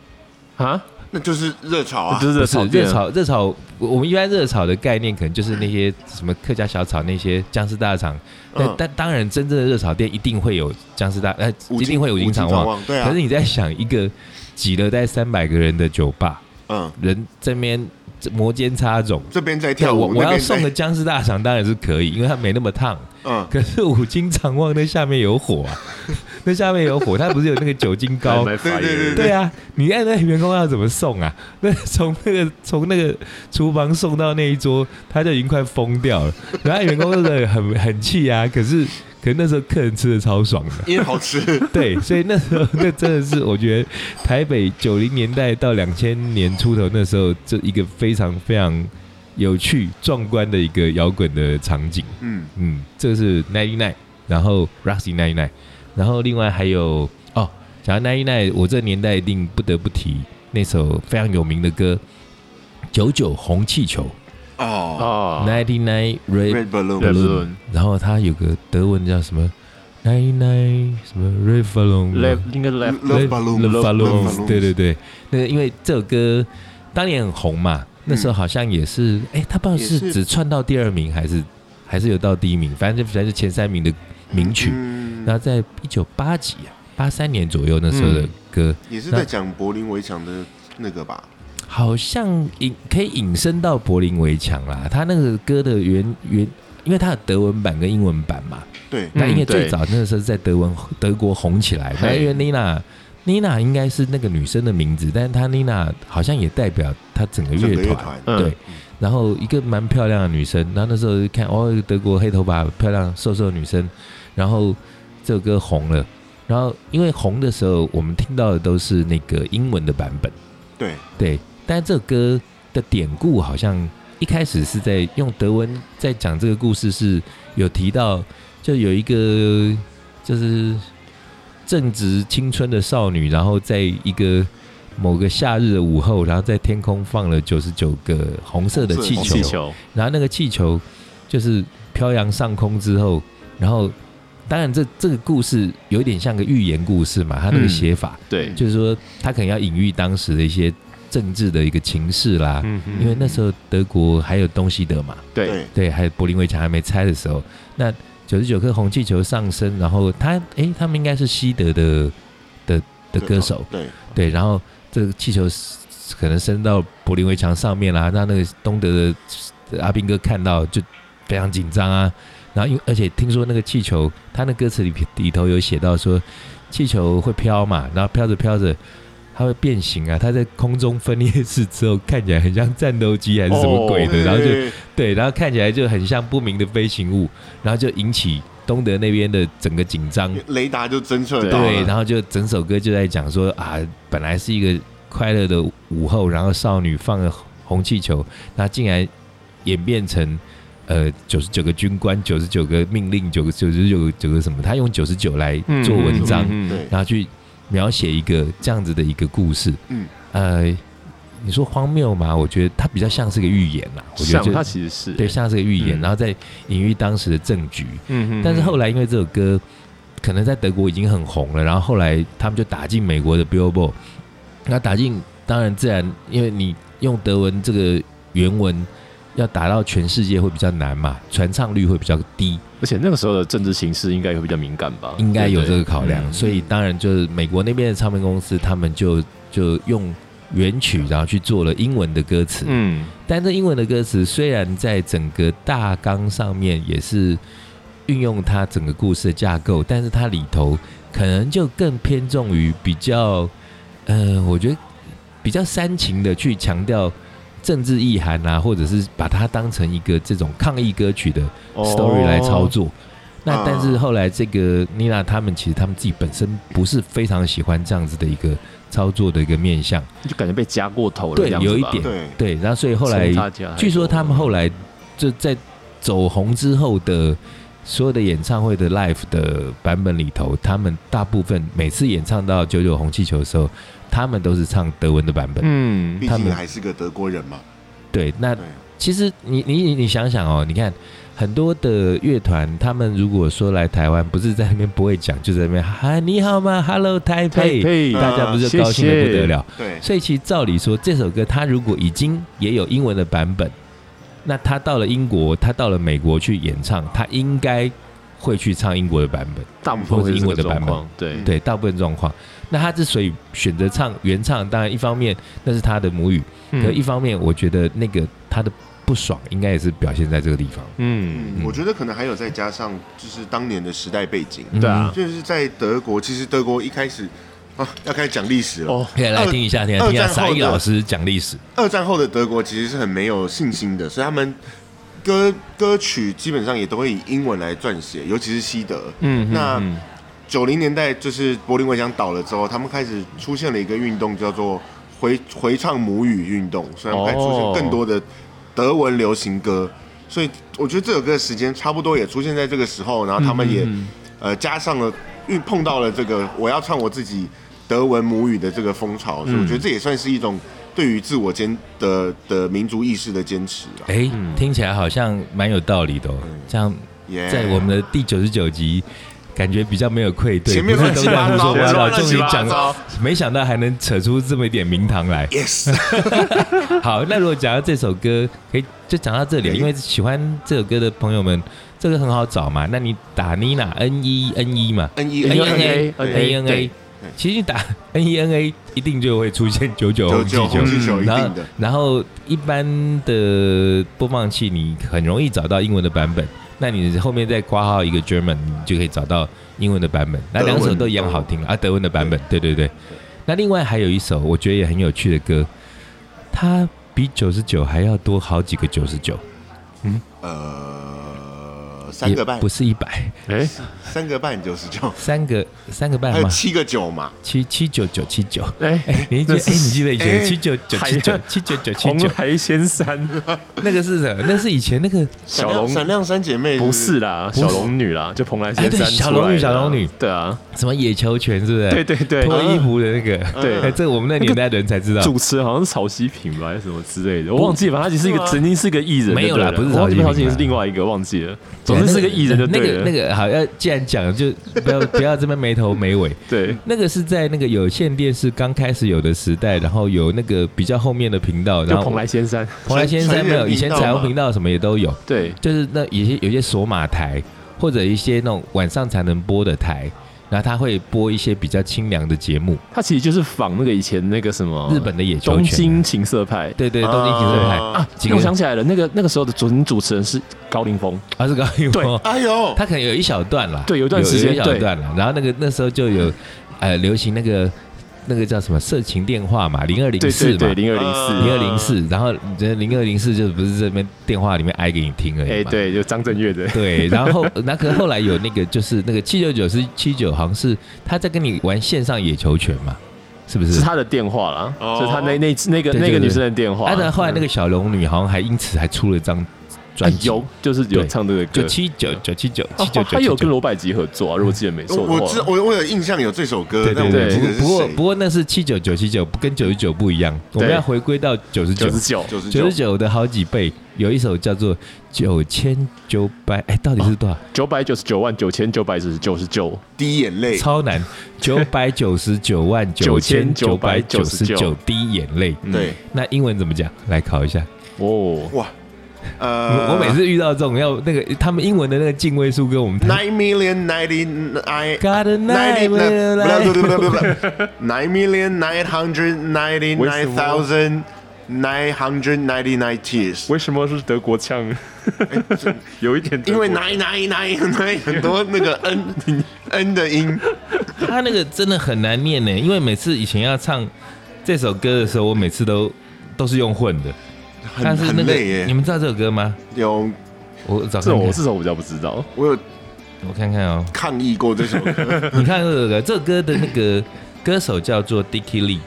Speaker 2: 啊，
Speaker 1: 那就是热炒啊，
Speaker 2: 就是
Speaker 3: 不
Speaker 2: 热
Speaker 3: 是
Speaker 2: 炒
Speaker 3: 热
Speaker 2: 店
Speaker 3: 炒热炒，我们一般热炒的概念可能就是那些什么客家小炒那些僵尸大肠，但、
Speaker 1: 嗯
Speaker 3: 但当然真正的热炒店一定会有僵尸大，呃，
Speaker 1: 五
Speaker 3: 一定会有五金
Speaker 1: 金
Speaker 3: 肠
Speaker 1: 旺
Speaker 3: 旺。，
Speaker 1: 对啊
Speaker 3: 可是，你在想一个挤了大概三百个人的酒吧，
Speaker 1: 嗯，
Speaker 3: 人这边这摩肩擦踵，
Speaker 1: 这边在
Speaker 3: 对
Speaker 1: 跳
Speaker 3: 我
Speaker 1: 舞，
Speaker 3: 我
Speaker 1: 那
Speaker 3: 要
Speaker 1: 边在
Speaker 3: 送个僵尸大肠当然是可以，因为它没那么烫。
Speaker 1: 嗯
Speaker 3: 可是我经常忘那下面有火啊， (laughs) 那下面有火，它不是有那个酒精
Speaker 1: 哎
Speaker 3: 膏？
Speaker 2: 买
Speaker 1: 对对对
Speaker 3: (laughs) 对啊，你按那员工要怎么送啊？ (laughs) 那从那个从那个厨房送到那一桌，他就已经快疯掉了。 (laughs) 然后员工真的很很气啊，可是可是那时候客人吃的超爽的。 (laughs)
Speaker 1: 因为好吃，
Speaker 3: 对，所以那时候那真的是我觉得台北九零年代到两千年出头那时候，这一个非常非常有趣壮观的一个摇滚的场景。
Speaker 1: 嗯，
Speaker 3: 嗯，这是 Ninety Nine，然后 Roxy Ninety Nine，然后另外还有哦，讲到 Ninety Nine，我这年代一定不得不提那首非常有名的歌《九九红气球
Speaker 1: 哦
Speaker 2: 啊，》
Speaker 3: Ninety Nine Red，
Speaker 1: ，Red Balloon，
Speaker 2: Red Balloon
Speaker 3: 然后它有个德文叫什么 Ninety Nine 什么 Red Balloon 吗
Speaker 2: left 应该 left
Speaker 1: Love Balloon，
Speaker 3: Love
Speaker 1: Love
Speaker 3: Balloons，
Speaker 1: Balloons
Speaker 3: 对对对，那因为这首歌当年很红嘛，那时候好像也是，哎、他不知道
Speaker 1: 也
Speaker 3: 是
Speaker 1: 是
Speaker 3: 只窜到第二名，还是还是有到第一名，反正就反正就前三名的名曲。
Speaker 1: 嗯
Speaker 3: 然后在一九八几啊，八三年左右那时候的
Speaker 2: 嗯
Speaker 3: 歌，
Speaker 1: 也是在讲柏林围墙的那个吧？
Speaker 3: 好像引可以引申到柏林围墙啦。他那个歌的原原，因为它有德文版跟英文版嘛，
Speaker 1: 嗯对，
Speaker 3: 那因为最
Speaker 2: 对
Speaker 3: 早那时候是在德文德国红起来，那
Speaker 2: 嘿
Speaker 3: 因为 Nina Nina 应该是那个女生的名字，但是她 Nina 好像也代表她整个
Speaker 1: 整个乐
Speaker 3: 乐团
Speaker 1: 团，
Speaker 2: 嗯
Speaker 3: 对。然后一个蛮漂亮的女生，然后那时候就看哦，德国黑头发漂亮瘦瘦的女生，然后这首歌红了，然后因为红的时候我们听到的都是那个英文的版本，
Speaker 1: 对，
Speaker 3: 对，但是这首歌的典故好像一开始是在用德文在讲这个故事，是有提到，就有一个就是正值青春的少女，然后在一个某个夏日的午后，然后在天空放了九十九个红色的气
Speaker 1: 红
Speaker 3: 球，
Speaker 1: 色
Speaker 2: 气
Speaker 1: 的
Speaker 2: 球，
Speaker 3: 然后那个气球就是飘扬上空之后，然后当然这这个故事有点像个寓言故事嘛，它那个
Speaker 2: 嗯
Speaker 3: 写法。
Speaker 2: 对，
Speaker 3: 就是说他可能要隐喻当时的一些政治的一个情势啦，
Speaker 2: 嗯
Speaker 3: 因为那时候德国还有东西德嘛，
Speaker 2: 对
Speaker 1: 对，
Speaker 3: 对，还有柏林围墙还没拆的时候，那九十九颗红气球上升，然后他诶，他们应该是西德的的的
Speaker 1: 对
Speaker 3: 歌手，
Speaker 1: 对，
Speaker 3: 对，然后这个气球可能升到柏林围墙上面啦，让那个东德的阿兵哥看到就非常紧张啊。然后因为而且听说那个气球，他那歌词里里头有写到说，气球会飘嘛，然后飘着飘着。它会变形啊！它在空中分裂式之后，看起来很像战斗机还是什
Speaker 1: 哦
Speaker 3: 么鬼的
Speaker 2: 对
Speaker 3: 然后就
Speaker 1: 对
Speaker 3: 对，然后看起来就很像不明的飞行物，然后就引起东德那边的整个紧张。
Speaker 1: 雷达就侦测到
Speaker 3: 嗯对，
Speaker 1: 了，
Speaker 3: 然后就整首歌就在讲说啊，本来是一个快乐的午后，然后少女放了红气球，那竟然演变成呃九十九个军官、九十九个命令、九个九十九九个什么，他用九十九来做文章，
Speaker 2: 嗯嗯嗯嗯
Speaker 1: 对，
Speaker 3: 然后去描写一个这样子的一个故事。
Speaker 1: 嗯，
Speaker 3: 呃，你说荒谬吗？我觉得它比较像是个寓言啦，我觉
Speaker 2: 像
Speaker 3: 得就
Speaker 2: 它其实是
Speaker 3: 对，像是个寓言，
Speaker 2: 嗯
Speaker 3: 然后再隐喻当时的政局。
Speaker 2: 嗯
Speaker 3: 但是后来因为这首歌可能在德国已经很红了，然后后来他们就打进美国的 Billboard，那打进当然自然因为你用德文这个原文要打到全世界会比较难嘛，传唱率会比较低，
Speaker 2: 而且那个时候的政治形势应该也会比较敏感吧，
Speaker 3: 应该有
Speaker 2: 对
Speaker 3: 这个考量，
Speaker 2: 嗯
Speaker 3: 所以当然就是美国那边的唱片公司他们就就用原曲然后去做了英文的歌词，
Speaker 2: 嗯，
Speaker 3: 但这英文的歌词虽然在整个大纲上面也是运用它整个故事的架构，但是它里头可能就更偏重于比较，呃，我觉得比较煽情的去强调政治意涵啊，或者是把它当成一个这种抗议歌曲的
Speaker 2: 哦
Speaker 3: story 来操作。那但是后来这个妮娜他们其实他们自己本身不是非常喜欢这样子的一个操作的一个面向，
Speaker 2: 哦，就感觉被夹过头了，
Speaker 3: 对
Speaker 2: 这样子
Speaker 3: 有一
Speaker 2: 吧
Speaker 3: 点
Speaker 1: 对，
Speaker 3: 对，然后所以后来
Speaker 2: 从他家
Speaker 3: 据说他们后
Speaker 2: 来
Speaker 3: 来就在走红之后的所有的演唱会的 live 的版本里头，他们大部分每次演唱到《九九红气球》的时候，他们都是唱德文的版本。
Speaker 2: 嗯
Speaker 1: 毕
Speaker 3: 他们
Speaker 1: 竟还是个德国人嘛，
Speaker 3: 对，那
Speaker 1: 对，
Speaker 3: 其实你你你你想想哦，你看很多的乐团，他们如果说来台湾，不是在那边不会讲，就在那边嗨你好吗？Hello 台
Speaker 2: 佩
Speaker 3: 北，啊
Speaker 2: 佩
Speaker 1: 嗯
Speaker 3: 大家不是高兴的不得了。
Speaker 1: 对，
Speaker 3: 所以其实照理说，这首歌它如果已经也有英文的版本，那他到了英国，他到了美国去演唱，他应该会去唱英国的版本，
Speaker 2: 大部分会是这个状况，对
Speaker 1: 嗯
Speaker 3: 对，大部分状况。那他之所以选择
Speaker 1: 嗯
Speaker 3: 唱原唱，当然一方面那是他的母语，可一方面我觉得那个他的不爽，应该也是表现在这个地方。
Speaker 2: 嗯，
Speaker 1: 嗯，我觉得可能还有再加上就是当年的时代背景，
Speaker 3: 嗯
Speaker 2: 对啊，
Speaker 1: 就是在德国，其实德国一开始啊要开始讲历史了。
Speaker 2: 哦
Speaker 3: 可以来听一下，听一下，
Speaker 1: 二
Speaker 3: 听一下
Speaker 1: 战后
Speaker 3: 沙
Speaker 1: 的
Speaker 3: 溢老师讲历史。
Speaker 1: 二战后的德国其实是很没有信心的，所以他们歌歌曲基本上也都会以英文来撰写，尤其是西德。
Speaker 2: 嗯
Speaker 1: 那
Speaker 2: 嗯
Speaker 1: 九零年代就是柏林围墙倒了之后，他们开始出现了一个运动，叫做回回唱母语运动，所以他们开始出
Speaker 2: 哦
Speaker 1: 现更多的德文流行歌。所以我觉得这首歌的时间差不多也出现在这个时候，然后他
Speaker 2: 嗯
Speaker 1: 们也、呃加上了遇碰到了这个我要唱我自己德文母语的这个风
Speaker 2: 嗯
Speaker 1: 潮，所以我觉得这也算是一种对于自我坚的的民族意识的坚持啊。
Speaker 3: 哎、听起来好像蛮有道理的、哦。这样，
Speaker 1: 嗯 Yeah
Speaker 3: 在我们的第九十九集，感觉比较没有愧对，
Speaker 1: 前面
Speaker 3: 不是
Speaker 1: 乱
Speaker 3: 都
Speaker 1: 七八
Speaker 3: 乱
Speaker 1: 糟
Speaker 3: 说八道，
Speaker 1: 乱
Speaker 3: 终
Speaker 1: 七
Speaker 3: 于
Speaker 1: 八
Speaker 3: 讲
Speaker 1: 糟
Speaker 3: 了，没想到还能扯出这么一点名堂来。
Speaker 1: Yes，
Speaker 3: 好，那如果讲到这首歌，可以就讲到这里，
Speaker 1: 诶
Speaker 3: 因为喜欢这首歌的朋友们，这个很好找嘛。那你打 Nina N E N E 嘛
Speaker 1: N E
Speaker 2: NENA
Speaker 3: N E N A，
Speaker 2: 对
Speaker 3: 其实你打 N E N A 一定就会出现九九
Speaker 1: 九
Speaker 3: 红气
Speaker 1: 九
Speaker 3: 球
Speaker 1: 红。气球一
Speaker 3: 然
Speaker 1: 定
Speaker 3: 后
Speaker 1: 的，，
Speaker 3: 然后一般的播放器你很容易找到英文的版本，那你后面再挂号一个 German，你就可以找到英文的版本。那
Speaker 1: 德文
Speaker 3: 两首都一样好听了啊，德文的版本，对对对。那另外还有一首我觉得也很有趣的歌，它比九十九还要多好几个九十九，
Speaker 1: 呃，三
Speaker 3: 也
Speaker 1: 个半
Speaker 3: 不，是一百，
Speaker 2: 哎，
Speaker 1: 三个半九十九，
Speaker 3: 三个三个
Speaker 1: 还
Speaker 3: 半
Speaker 1: 有
Speaker 3: 吗？
Speaker 1: 七个九嘛，
Speaker 3: 七七九九七九。
Speaker 2: 哎
Speaker 3: 哎，你记
Speaker 2: 那
Speaker 3: 得？
Speaker 2: 是
Speaker 3: 哎，你记得以前
Speaker 1: 哎
Speaker 3: 七九九
Speaker 2: 海
Speaker 3: 七九七九九七
Speaker 2: 红
Speaker 3: 九，
Speaker 2: 海仙山
Speaker 3: 那个是什么？那是以前那个
Speaker 2: 小龙
Speaker 1: 闪亮三姐妹
Speaker 2: 不是啦，
Speaker 3: 是
Speaker 2: 小龙女啦，就蓬莱仙
Speaker 3: 哎对
Speaker 2: 山
Speaker 3: 小
Speaker 2: 出
Speaker 3: 龙
Speaker 2: 来
Speaker 3: 女
Speaker 2: 的
Speaker 3: 小龙女
Speaker 2: 对啊，
Speaker 3: 什么野球拳，是不是？
Speaker 2: 对对对，嗯
Speaker 3: 脱衣服的那个，
Speaker 2: 对
Speaker 3: 哎，这我们那年代的人才知道。哎
Speaker 2: 主持人好像是曹曦平吧，还是什么之类的，我忘记了。反正他其实是一个
Speaker 1: 是吗
Speaker 2: 曾经是个艺人就对了，
Speaker 3: 没有啦不是
Speaker 2: 我忘记
Speaker 3: 曹曦平啊
Speaker 2: 曹曦平是另外一个，忘记了。总
Speaker 3: 对
Speaker 2: 之是个艺人就
Speaker 3: 那
Speaker 2: 对
Speaker 3: 个
Speaker 2: 了。
Speaker 3: 那个好，要既然讲了就不要不要这边没头没尾。
Speaker 2: 对，
Speaker 3: 那个是在那个有线电视刚开始有的时代，然后有那个比较后面的频道，然
Speaker 2: 就
Speaker 3: 后
Speaker 2: 蓬莱仙山，
Speaker 3: 蓬莱先生没
Speaker 1: 成人频道
Speaker 3: 有，以前彩虹
Speaker 1: 嘛
Speaker 3: 频道什么也都有，
Speaker 2: 对，
Speaker 3: 就是那有些有些索马台或者一些那种晚上才能播的台，然后他会播一些比较清凉的节目，
Speaker 2: 他其实就是仿那个以前那个什么
Speaker 3: 日本的野球
Speaker 2: 东
Speaker 3: 拳啊
Speaker 2: 京情色派。
Speaker 3: 对对，东京情色派
Speaker 1: 啊
Speaker 3: 几个
Speaker 2: 我想起来了，那个那个时候的主主持人是高凌风，
Speaker 3: 啊是高一
Speaker 2: 对
Speaker 3: 波，
Speaker 1: 哎呦，
Speaker 3: 他可能有一小段啦，
Speaker 2: 对有一段时间
Speaker 3: 有一小
Speaker 2: 对
Speaker 3: 段啦。然后那个那时候就有，呃，流行那个那个叫什么色情电话嘛，零二零
Speaker 2: 对
Speaker 3: 四
Speaker 2: 对对，，
Speaker 3: 嘛
Speaker 2: 零二零
Speaker 1: 呃
Speaker 2: 四，
Speaker 3: 零二零四。然后零二零四就不是这边电话里面挨给你听而已
Speaker 2: 哎，
Speaker 3: 嘛。
Speaker 2: 对，就张震岳的，
Speaker 3: 对，然后那可是后来有那个就是那个七九九是七九，好像是他在跟你玩线上野球拳嘛，是不
Speaker 2: 是
Speaker 3: 是？
Speaker 2: 他的电话啦，
Speaker 1: 哦
Speaker 2: 是他那那那个
Speaker 3: 对对
Speaker 2: 那个
Speaker 3: 对
Speaker 2: 女生的电话。
Speaker 3: 啊，然后后来那个小龙女好像还因此还出了张专
Speaker 2: 哎
Speaker 3: 辑，
Speaker 2: 有就是有
Speaker 3: 对
Speaker 2: 唱这个
Speaker 3: 就
Speaker 2: 歌，
Speaker 3: 七九九七九
Speaker 2: 哦
Speaker 3: 七九九，
Speaker 2: 他有跟罗百吉合作啊，如果记得没错的话，
Speaker 1: 我知我我有印象有这首歌，
Speaker 3: 对
Speaker 1: 但
Speaker 3: 对
Speaker 1: 我
Speaker 2: 对
Speaker 1: 不记
Speaker 3: 对
Speaker 1: 得，是
Speaker 3: 不过
Speaker 1: 谁。
Speaker 3: 不过那是七九九七九，跟九十九不一样，我们
Speaker 2: 对
Speaker 3: 要回归到九十九
Speaker 2: 九。十九，
Speaker 1: 九十
Speaker 3: 九
Speaker 1: 九
Speaker 3: 十，九的好几倍，有一首叫做《九千九百》，哎，到底是多少？
Speaker 2: 九百九十九万九千九百九十九十九，
Speaker 1: 滴眼泪，
Speaker 3: 超难，九百九十九万九千九百九十九滴眼泪。
Speaker 1: 对，
Speaker 3: 那英文怎么讲？来考一下。
Speaker 2: 哦，
Speaker 1: 哇，呃，
Speaker 3: 我我每次遇到这种要那个他们英文的那个进位数跟我们
Speaker 1: nine million ninety nine。
Speaker 3: God
Speaker 1: Ninety
Speaker 3: night，
Speaker 1: 不不不不不，nine (laughs) million nine hundred ninety nine thousand nine hundred ninety nine tears，
Speaker 2: 为什么是德国腔？哎有一点德
Speaker 1: 因
Speaker 2: 国
Speaker 1: 为 nine nine nine nine 很多那
Speaker 3: (laughs)
Speaker 1: 个 n n 的音，
Speaker 3: 他那个真的很难念呢，因为每次以前要唱这首歌的时候，我每次都都是用混的。但
Speaker 1: 很
Speaker 3: 是
Speaker 1: 很
Speaker 3: 那个
Speaker 1: 累
Speaker 3: 你
Speaker 1: 耶。
Speaker 3: 们知道这首歌吗？
Speaker 1: 有
Speaker 3: 我找
Speaker 2: 这
Speaker 3: 看
Speaker 2: 种
Speaker 3: 看
Speaker 2: 我这种我比较不知道，
Speaker 1: 我有
Speaker 3: 我看
Speaker 1: (laughs)
Speaker 3: 看哦。
Speaker 1: 抗议过这首歌，
Speaker 3: 你看这首歌，这首歌的那个歌手叫做 Dicky Lee，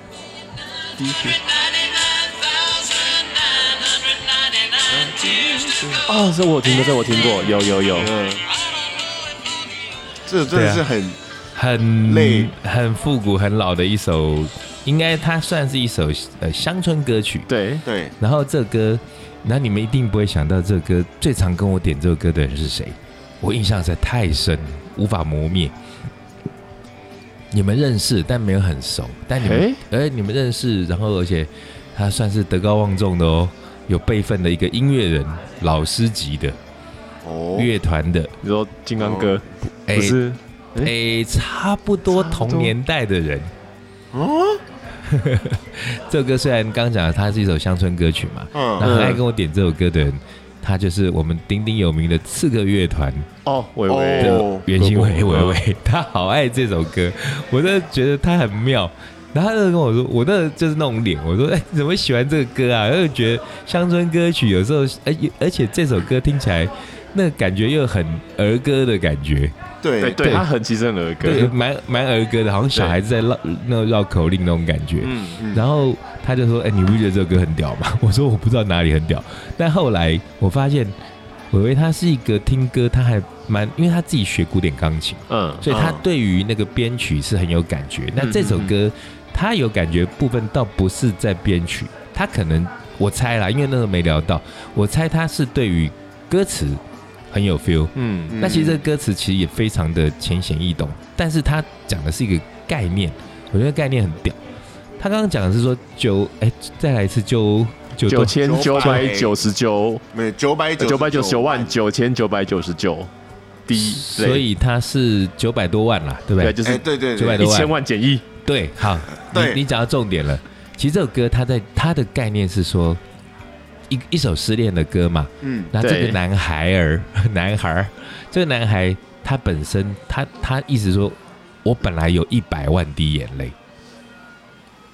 Speaker 2: 哦，这我有听过，这我听过，有有有，
Speaker 1: 这真
Speaker 3: 啊
Speaker 1: 的是很
Speaker 3: 很
Speaker 1: 累
Speaker 3: 很复古、很老的一首，应该它算是一首呃乡村歌曲。
Speaker 2: 对，
Speaker 1: 对，
Speaker 3: 然后这歌，然后你们一定不会想到这歌最常跟我点这首歌的人是谁，我印象实在太深，无法磨灭。你们认识，但没有很熟，但你们
Speaker 2: 诶
Speaker 3: 而你们认识，然后而且他算是德高望重的哦，有辈分的一个音乐人，老师级的
Speaker 1: 哦，
Speaker 3: 乐团的，
Speaker 2: 你说金刚哥
Speaker 3: 哎
Speaker 2: 不是？
Speaker 3: 诶，差不多同年代的人，
Speaker 1: 哦，
Speaker 3: (laughs) 这首歌虽然刚讲了它是一首乡村歌曲嘛，那
Speaker 1: 嗯，
Speaker 3: 很爱跟我点这首歌的人，他就是我们鼎鼎有名的刺客乐团
Speaker 2: 哦，伟伟，
Speaker 1: 哦
Speaker 3: 袁心伟伟伟，他好爱这首歌，我真的觉得他很妙。然后他就跟我说，我那就是那种脸，我说哎、你怎么会喜欢这个歌啊？然后又觉得乡村歌曲有时候，而而且这首歌听起来，那感觉又很儿歌的感觉，
Speaker 2: 对
Speaker 1: 对，
Speaker 2: 对，他很骑身儿歌，
Speaker 3: 对，蛮蛮儿歌的，好像小孩子在绕那种绕口令那种感觉。
Speaker 2: 嗯，
Speaker 1: 嗯
Speaker 3: 然后他就说：“哎、你不觉得这首歌很屌吗？” (laughs) 我说：“我不知道哪里很屌。”但后来我发现，伟伟他是一个听歌，他还蛮，因为他自己学古典钢琴，
Speaker 2: 嗯
Speaker 3: 所以他
Speaker 1: 嗯
Speaker 3: 对于那个编曲是很有感觉。那这首歌他有感觉部分倒不是在编曲，他可能我猜啦，因为那时候没聊到，我猜他是对于歌词很有 feel。
Speaker 2: 嗯
Speaker 3: 那其实这个歌词其实也非常的浅显易懂，但是他讲的是一个概念，我觉得概念很屌。他刚刚讲的是说九，哎，再来一次九九
Speaker 2: 九
Speaker 3: 多
Speaker 2: 千九百九十九，
Speaker 1: 每九百九
Speaker 2: 九百九十九万九千九百九十九滴，
Speaker 3: 所以他是九百多万啦，对不
Speaker 2: 对，
Speaker 3: 对？
Speaker 2: 就
Speaker 1: 哎，
Speaker 2: 是
Speaker 1: 对对
Speaker 3: 900
Speaker 1: 对，
Speaker 2: 一千万减一，
Speaker 3: 对，好，
Speaker 1: 对
Speaker 3: 你你讲到重点了。其实这首歌它在它的概念是说一一首失恋的歌嘛，
Speaker 1: 嗯
Speaker 3: 那这
Speaker 2: 对
Speaker 3: 个男孩儿， (laughs) 男孩儿，这个男孩他本身他他意思说，我本来有一百万滴眼泪，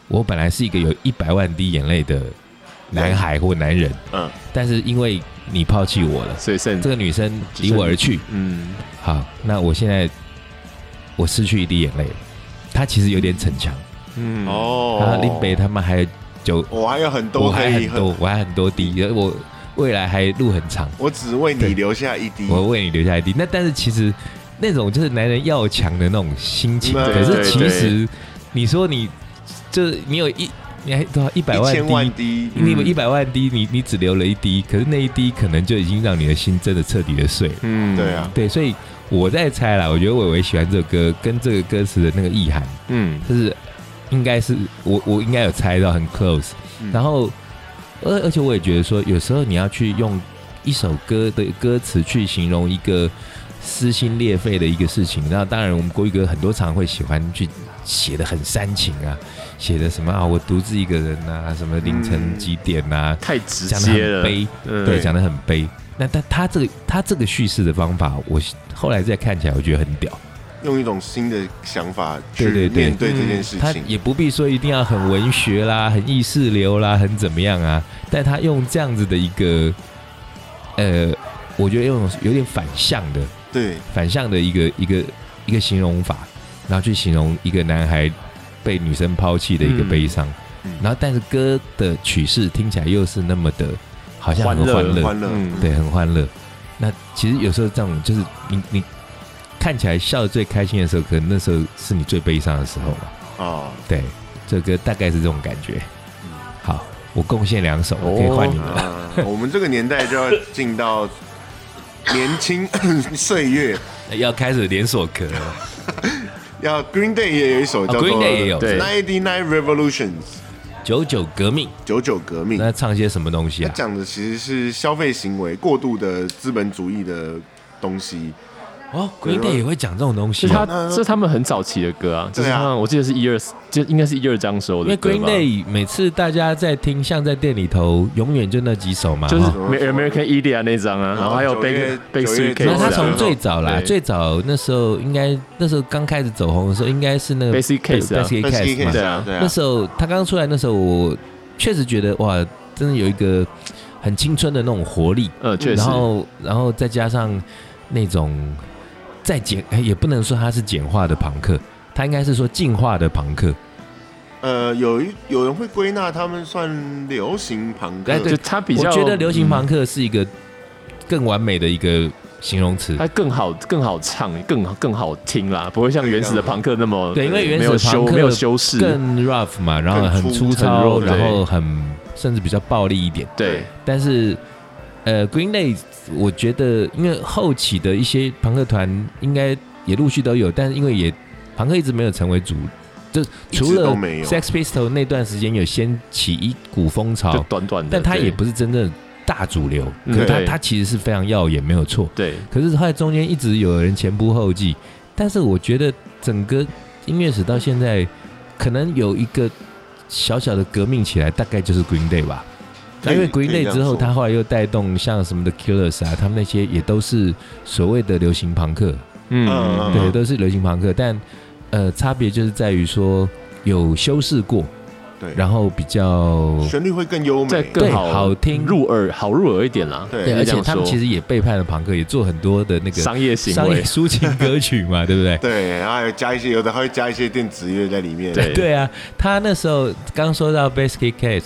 Speaker 3: 我本来是
Speaker 1: 嗯
Speaker 3: 一个有一百万滴眼泪的男孩或男人，
Speaker 1: 嗯，
Speaker 3: 但是因为你抛弃我了，
Speaker 2: 所以剩
Speaker 3: 这个女生离我而去，
Speaker 2: 嗯
Speaker 3: 好，那我现在我失去一滴眼泪了，他其实有点逞强，
Speaker 2: 嗯
Speaker 3: 啊，
Speaker 1: 哦，
Speaker 3: 林北他们还有九，
Speaker 1: 我还有很
Speaker 3: 我
Speaker 1: 多可
Speaker 3: 还
Speaker 1: 以
Speaker 3: 很多，，我还很多滴，我未来还路很长。
Speaker 1: 我只为你
Speaker 3: 对
Speaker 1: 留下一滴，
Speaker 3: 我为你留下一滴。那但是其实那种就是男人要强的那种心情，
Speaker 1: 对
Speaker 3: 可是
Speaker 2: 对
Speaker 3: 其
Speaker 2: 对
Speaker 3: 实你说你就是你有一你还多少一百
Speaker 1: 一
Speaker 3: 万
Speaker 1: 千万
Speaker 3: 滴，
Speaker 1: 滴，
Speaker 3: 你有
Speaker 2: 嗯
Speaker 3: 一百万滴，你你只留了一滴，可是那一滴可能就已经让你的心真的彻底的碎了。
Speaker 2: 嗯
Speaker 1: 对啊，
Speaker 3: 对，所以我在猜啦，我觉得伟伟喜欢这首歌跟这个歌词的那个意涵，
Speaker 2: 嗯
Speaker 3: 就是应该是我我应该有猜到很 close，、
Speaker 1: 嗯
Speaker 3: 然后而而且我也觉得说，有时候你要去用一首歌的歌词去形容一个撕心裂肺的一个事情，那当然我们国语歌很多常会喜欢去写的很煽情啊，写的什么啊我独自一个人啊，什么凌晨
Speaker 1: 嗯
Speaker 3: 几点啊，
Speaker 2: 太直
Speaker 3: 讲的
Speaker 2: 接
Speaker 3: 很
Speaker 2: 了，
Speaker 3: 悲，
Speaker 2: 嗯
Speaker 3: 对，讲的很悲。那但他这个他这个叙事的方法，我后来再看起来，我觉得很屌。
Speaker 1: 用一种新的想法去
Speaker 3: 对嗯对对嗯
Speaker 1: 面对这件事
Speaker 3: 他
Speaker 1: 情，
Speaker 3: 也不必说一定要很文学啦、很意识流啦、很怎么样啊，但他用这样子的一个，呃，我觉得用有点反向的、
Speaker 1: 对，
Speaker 3: 反向的一个一个一个形容法，然后去形容一个男孩被女生抛弃的一个悲伤，
Speaker 1: 嗯嗯
Speaker 3: 然后但是歌的曲式听起来又是那么的，好像很
Speaker 2: 欢乐
Speaker 3: 欢乐，
Speaker 1: 欢乐，
Speaker 2: 嗯
Speaker 3: 对，很欢乐。那其实有时候这种就是你你看起来笑得最开心的时候，可能那时候是你最悲伤的时候嘛。
Speaker 1: 啊，
Speaker 3: 对，这个大概是这种感觉。好，我贡献两首，
Speaker 2: 哦
Speaker 3: 可以换你们。
Speaker 1: 啊我们这个年代就要进到年轻 (coughs) 岁月，
Speaker 3: 要开始连锁壳了，
Speaker 1: 要 Green Day 也有一首
Speaker 3: 啊
Speaker 1: 叫做
Speaker 3: Green Day 也有
Speaker 2: 对
Speaker 1: Ninety Nine Revolutions
Speaker 3: 九九革命，
Speaker 1: 九九革命。
Speaker 3: 那唱些什么东西
Speaker 1: 它
Speaker 3: 啊？
Speaker 1: 讲的其实是消费行为过度的资本主义的东西，
Speaker 3: 哦，Green Day 也会讲这种东西
Speaker 2: 是他
Speaker 3: 啊。
Speaker 1: 那
Speaker 2: 这是他们很早期的歌啊，就是
Speaker 1: 对啊
Speaker 2: 他们我记得是一二，就应该是一二张时候
Speaker 3: 因
Speaker 2: 的
Speaker 3: 为
Speaker 2: 歌
Speaker 3: Green
Speaker 2: 吧。
Speaker 3: Day 每次大家在听，像在店里头，永远就那几首嘛。
Speaker 2: 就是
Speaker 3: 哈
Speaker 2: American Idiot 那张啊，然后还有
Speaker 1: 啊哦九
Speaker 2: Big
Speaker 1: 月
Speaker 2: Big
Speaker 1: 九
Speaker 2: Three
Speaker 1: 月
Speaker 2: K，
Speaker 1: 九
Speaker 3: 那
Speaker 1: 日
Speaker 3: 他
Speaker 1: 的时
Speaker 3: 从
Speaker 1: 候
Speaker 3: 最早啦，
Speaker 2: 对
Speaker 3: 最早那时候应该那时候刚开始走红的时候，应该是那个
Speaker 2: Basic Case 啊
Speaker 3: Basic Case
Speaker 1: 对
Speaker 3: 嘛
Speaker 2: 对。
Speaker 1: 啊
Speaker 2: 啊，
Speaker 1: 对啊
Speaker 3: 那，时候他刚出来那时候，我确实觉得哇，真的有一个很青春的那种活力。
Speaker 2: 呃，确实
Speaker 3: 然，后然后再加上那种再简，哎也不能说它是简化的朋克，它应该是说进化的朋克。
Speaker 1: 呃，有一有人会归纳他们算流行朋克
Speaker 3: 哎，对
Speaker 2: 就他比
Speaker 3: 我
Speaker 2: 较，
Speaker 3: 觉得流行朋
Speaker 2: 嗯，
Speaker 3: 克是一个更完美的一个形容词。
Speaker 2: 他更好更好唱，更更好听啦，不会像原始的朋克那么
Speaker 3: 对因为原
Speaker 2: 没
Speaker 3: 始
Speaker 2: 有修
Speaker 3: 朋克
Speaker 2: 没有修饰，
Speaker 3: 更 rough 嘛，然后
Speaker 1: 更
Speaker 3: 很
Speaker 1: 粗
Speaker 3: 粗糙，
Speaker 2: 很 raw，
Speaker 3: 然后
Speaker 2: 对
Speaker 3: 很甚至比较暴力一点。
Speaker 2: 对，
Speaker 3: 但是呃，Green Day，我觉得因为后期的一些朋克团应该也陆续都有，但是因为也朋克一直没有成为主，就
Speaker 1: 一直
Speaker 3: 除了
Speaker 1: 都没有
Speaker 3: Sex Pistol 那段时间有掀起一股风
Speaker 2: 就
Speaker 3: 潮，
Speaker 2: 短短的，
Speaker 3: 但它
Speaker 2: 对
Speaker 3: 也不是真正的大主流，
Speaker 2: 嗯
Speaker 3: 可是它
Speaker 2: 对
Speaker 3: 它其实是非常耀眼，没有错。
Speaker 2: 对，
Speaker 3: 可是后来中间一直有人前仆后继，但是我觉得整个音乐史到现在，可能有一个小小的革命起来，大概就是 Green Day 吧。
Speaker 1: 可以
Speaker 3: 因为 Green
Speaker 1: 可以这
Speaker 3: Day
Speaker 1: 样
Speaker 3: 之后，
Speaker 1: 说
Speaker 3: 他后来又带动像什么的 Killers 啊，他们那些也都是所谓的流行朋克，
Speaker 1: 嗯
Speaker 3: 对，都是流行朋克，但呃，差别就是在于说有修饰过，
Speaker 1: 对，
Speaker 3: 然后比较
Speaker 1: 旋律会更优
Speaker 2: 再
Speaker 1: 美，
Speaker 2: 更好
Speaker 3: 对好听
Speaker 2: 入耳，好入耳一点啦。
Speaker 1: 对
Speaker 3: 对，而且他们其
Speaker 2: 实
Speaker 3: 实也背叛了朋克，也做很多的那个
Speaker 2: 商业行
Speaker 3: 商业
Speaker 2: 为，
Speaker 3: 抒情歌曲
Speaker 1: (laughs)
Speaker 3: 嘛，对不对？
Speaker 1: 对，然后还有加一些，有的还会加一些电子乐在里面，
Speaker 2: 对
Speaker 3: 对啊，他那时候刚说到 Basket Case，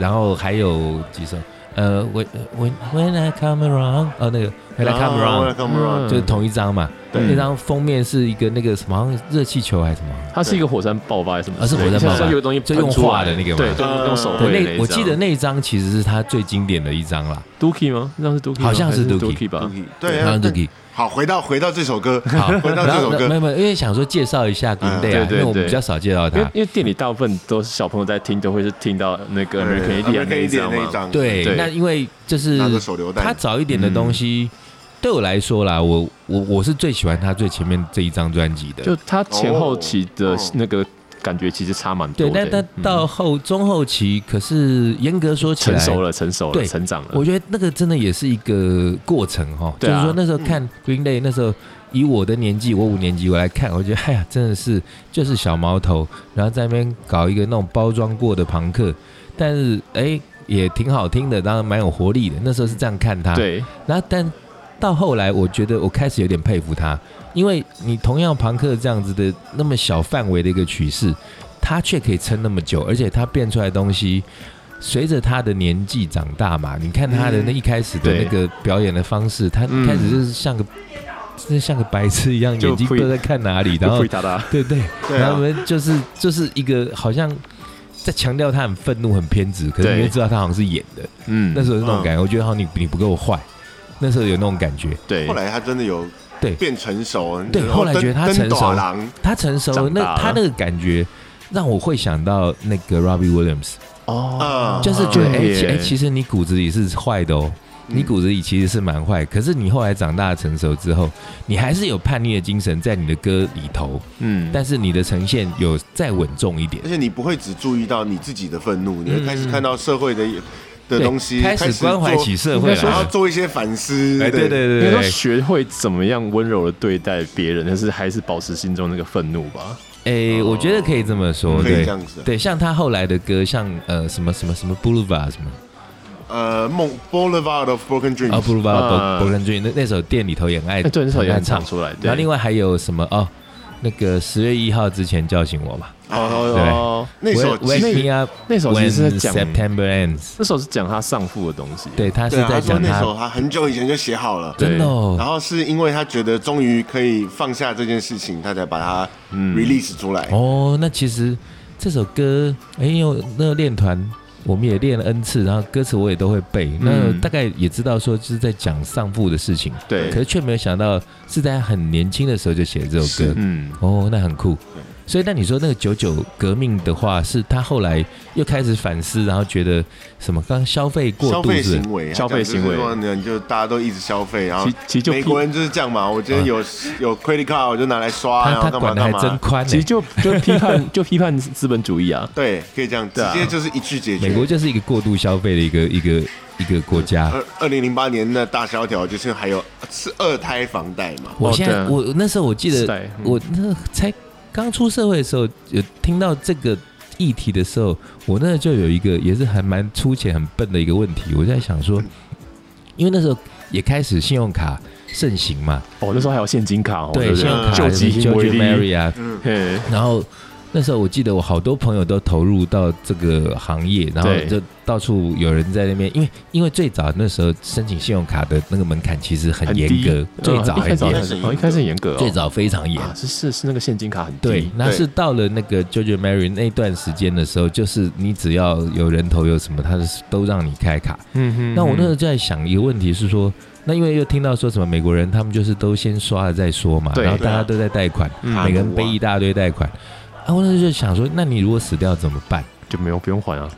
Speaker 3: 然后还有几首，呃，When When When I Come Around，哦，那个 When I Come Around，
Speaker 1: 啊
Speaker 3: 嗯
Speaker 1: Come Around，
Speaker 3: 就是同一张嘛。
Speaker 1: 对
Speaker 3: 那张封面是一个那个什么，好像热气球还是什么，
Speaker 2: 它是一个火山爆发还是什么
Speaker 3: 啊
Speaker 2: 之
Speaker 3: 是
Speaker 2: 类的？
Speaker 3: 火山爆发
Speaker 2: 像有个东西
Speaker 3: 就用
Speaker 2: 喷出来
Speaker 3: 画的那个吗
Speaker 2: 对，就是用手绘
Speaker 3: 对，
Speaker 2: 的一
Speaker 3: 那我记得
Speaker 2: 张
Speaker 3: 那一张其实是他最经典的一张啦。
Speaker 2: Dookie 吗？那张是 Dookie，吗
Speaker 3: 好像是
Speaker 2: 还
Speaker 3: Dookie 嗯
Speaker 2: Dookie 吧。
Speaker 1: 对
Speaker 3: 好
Speaker 1: 啊
Speaker 3: 像，Dookie
Speaker 1: 好，回到回到这首歌，
Speaker 3: 好，
Speaker 1: 回到这首
Speaker 3: 然后没
Speaker 1: 歌，
Speaker 3: 有没有，因为想说介绍一下 Green
Speaker 1: 嗯
Speaker 3: Day 啊，
Speaker 2: 对对
Speaker 3: 因为我们
Speaker 2: 对
Speaker 3: 比较少介绍
Speaker 2: 因为
Speaker 3: 他。
Speaker 2: 因为店里大部分都是小朋友在听，都会是听到那个 American
Speaker 1: 对
Speaker 2: Idiot 那
Speaker 1: American
Speaker 2: 一
Speaker 1: Idiot
Speaker 2: 张
Speaker 1: 那一
Speaker 2: 嘛。
Speaker 1: 张，
Speaker 3: 对，
Speaker 2: 对
Speaker 3: 那因为就是
Speaker 1: 拿着手榴弹
Speaker 3: 他早一点的东西，对我来说啦，我我我是最喜欢他最前面这一张专辑的。
Speaker 2: 就它前后期的
Speaker 1: 哦
Speaker 2: 那个感觉其实差蛮多
Speaker 3: 对，
Speaker 2: 的。
Speaker 3: 但但
Speaker 2: 嗯
Speaker 3: 到后中后期，可是严格说起
Speaker 2: 成
Speaker 3: 来，
Speaker 2: 熟了，成熟了，
Speaker 3: 对
Speaker 2: 成长了。
Speaker 3: 我觉得那个真的也是一个过程哈。
Speaker 2: 对
Speaker 3: 就是
Speaker 2: 啊
Speaker 3: 说那时候看 Green Day，那时候以我的年纪，我五年级我来看，我觉得哎呀，真的是就是小毛头，然后在那边搞一个那种包装过的朋克，但是哎也挺好听的，当然蛮有活力的。那时候是这样看他。。
Speaker 2: 对，
Speaker 3: 然后但到后来，我觉得我开始有点佩服他，因为你同样朋克这样子的那么小范围的一个曲式，他却可以撑那么久，而且他变出来的东西。随着他的年纪长大嘛，你看他的那
Speaker 1: 嗯
Speaker 3: 一开始的
Speaker 2: 对
Speaker 3: 那个表演的方式，他一开始就是像个，真的像个白痴一样，
Speaker 2: 就
Speaker 3: 眼睛不
Speaker 2: 呸
Speaker 3: 知道在看哪里，然
Speaker 2: 然
Speaker 3: 后
Speaker 2: 后哒哒，
Speaker 3: 对对，
Speaker 1: 对
Speaker 3: 然后我
Speaker 1: 啊，
Speaker 3: 们就是就是一个好像在强调他很愤怒、很偏执，可是你
Speaker 2: 对
Speaker 3: 又知道他好像是演的，
Speaker 2: 嗯
Speaker 3: 那时候是那种感觉，我觉得好像你你不够坏，那时候有那种感觉。
Speaker 2: 对
Speaker 1: 后，来他真的有
Speaker 3: 对
Speaker 1: 变成熟，
Speaker 3: 对后来觉得他成熟
Speaker 1: 狼，
Speaker 3: 他成熟，
Speaker 2: 长大
Speaker 3: 那
Speaker 2: 了
Speaker 3: 他那个感觉让我会想到那个 Robbie Williams，
Speaker 2: 哦
Speaker 1: 嗯
Speaker 3: 就是觉得哎、
Speaker 2: 对
Speaker 3: 其哎
Speaker 2: 耶
Speaker 3: 其实你骨子里是坏的哦，
Speaker 1: 嗯
Speaker 3: 你骨子里其实是蛮坏，可是你后来长大成熟之后，你还是有叛逆的精神在你的歌里头，
Speaker 2: 嗯，
Speaker 3: 但是你的呈现有再稳重一点
Speaker 1: 而。且你不会只注意到你自己的愤怒，你会开始看到社会的的
Speaker 3: 嗯对
Speaker 1: 东西，
Speaker 3: 开始关怀
Speaker 1: 做
Speaker 3: 起社会
Speaker 1: 然后
Speaker 3: 来，
Speaker 1: 做一些反思，
Speaker 3: 哎，对对
Speaker 2: 应该
Speaker 3: 对
Speaker 2: 说
Speaker 3: 对，
Speaker 2: 学会怎么样温柔的对待别人，但是还是保持心中那个愤怒吧。
Speaker 3: 哎，我觉得可以这么说，
Speaker 1: 可以
Speaker 3: 对
Speaker 1: 这样子
Speaker 3: 对，像他后来的歌，像呃什么什么什么 Boulevard 什么
Speaker 1: 呃，梦 Boulevard of Broken
Speaker 3: 啊
Speaker 1: Dreams，哦
Speaker 3: Boulevard
Speaker 2: 啊
Speaker 3: Broken Dream 那那首店里头也很爱，
Speaker 2: 哎，对，那时候也
Speaker 3: 爱
Speaker 2: 很常出来。对
Speaker 3: 然后另外还有什么哦？那个十月一号之前叫醒我吧。
Speaker 2: 哦哦，
Speaker 1: 那首
Speaker 3: Wake- Wake
Speaker 1: 其实
Speaker 3: me up
Speaker 2: 那首其
Speaker 3: when
Speaker 2: 实是在讲，
Speaker 3: September ends。
Speaker 2: 那首是讲他丧父的东西。
Speaker 3: 对，他是
Speaker 1: 对啊，他
Speaker 3: 在
Speaker 1: 说
Speaker 3: 讲
Speaker 1: 那
Speaker 3: 他
Speaker 1: 首他很久以前就写好了，
Speaker 2: 对
Speaker 3: 真的哦
Speaker 1: 然后是因为他觉得终于可以放下这件事情，他才把它
Speaker 3: 嗯
Speaker 1: release 出来。
Speaker 3: 哦。那其实这首歌，哎呦，那个练团我们也练了 n 次，然后歌词我也都会背，那
Speaker 2: 嗯
Speaker 3: 大概也知道说就是在讲丧父的事情，
Speaker 2: 对
Speaker 3: 可是却没有想到是在很年轻的时候就写了这首歌
Speaker 1: 是。
Speaker 2: 嗯，
Speaker 3: 哦，那很酷。所以，那你说那个九九革命的话，是他后来又开始反思，然后觉得什么？刚消费过
Speaker 1: 消
Speaker 3: 度
Speaker 1: 费
Speaker 3: 是不是
Speaker 1: 行为，啊
Speaker 2: 消费行为
Speaker 1: 他讲就是说你就大家都一直消费，然后
Speaker 2: 其其实就
Speaker 1: 美国人就是这样嘛。我今天有有 credit card，我就拿来刷，然
Speaker 3: 啊
Speaker 1: 后
Speaker 3: 他他
Speaker 1: 啊干嘛
Speaker 3: 管的
Speaker 1: 干
Speaker 3: 还
Speaker 1: 嘛。
Speaker 3: 真宽欸
Speaker 2: 其
Speaker 3: 呢
Speaker 2: 实。就就批
Speaker 3: (laughs)
Speaker 2: 判就批判资本主义啊。
Speaker 1: 对，可以这样，直
Speaker 2: 对啊
Speaker 1: 接就是一句解决。
Speaker 3: 美国就是一个过度消费的一个一个一个国家。
Speaker 1: 二二零零八年那大萧条，就是还有是二胎房贷嘛，
Speaker 3: 我现在
Speaker 2: 对
Speaker 3: 我那时候我记
Speaker 2: 是
Speaker 3: 得
Speaker 2: 的嗯
Speaker 3: 我那才刚出社会的时候，有听到这个议题的时候，我那就有一个也是还蛮粗浅、很笨的一个问题，我在想
Speaker 2: 嗯
Speaker 3: 说，因为那时候也开始信用卡盛行嘛，
Speaker 2: 哦，那时候还有现金卡哦，对
Speaker 3: 对，
Speaker 2: 不
Speaker 3: 信
Speaker 2: 对
Speaker 3: 用卡
Speaker 2: 救
Speaker 3: 什
Speaker 2: 济
Speaker 3: 么 George
Speaker 2: 威力。
Speaker 3: Mary 啊，
Speaker 2: 嘿，
Speaker 3: 然后那时候我记得我好多朋友都投入到这个行业，然后
Speaker 2: 对
Speaker 3: 就到处有人在那边，因为因为最早那时候申请信用卡的那个门槛其实很
Speaker 2: 很
Speaker 3: 严
Speaker 2: 低
Speaker 3: 格，最
Speaker 2: 嗯
Speaker 3: 早
Speaker 2: 一开
Speaker 3: 很
Speaker 2: 始
Speaker 3: 严，
Speaker 2: 很哦一开始很严格哦，
Speaker 3: 最早非常严。
Speaker 2: 啊，是是是那个现金卡很低。
Speaker 3: 对，那
Speaker 1: 对
Speaker 3: 是到了那个 j o j o Mary 那段时间的时候，就是你只要有人头有什么，他都让你开卡。
Speaker 2: 嗯哼
Speaker 3: 那我那时候就在想一个问题是说，那因为又听到说什么美国人他们就是都先刷了再说嘛，
Speaker 2: 对
Speaker 3: 然后大
Speaker 1: 对
Speaker 3: 家
Speaker 1: 啊
Speaker 3: 都在贷款，
Speaker 2: 嗯
Speaker 3: 每个人背一大堆贷款。啊，我那时候就想说，那你如果死掉怎么办？
Speaker 2: 就没有不用还啊。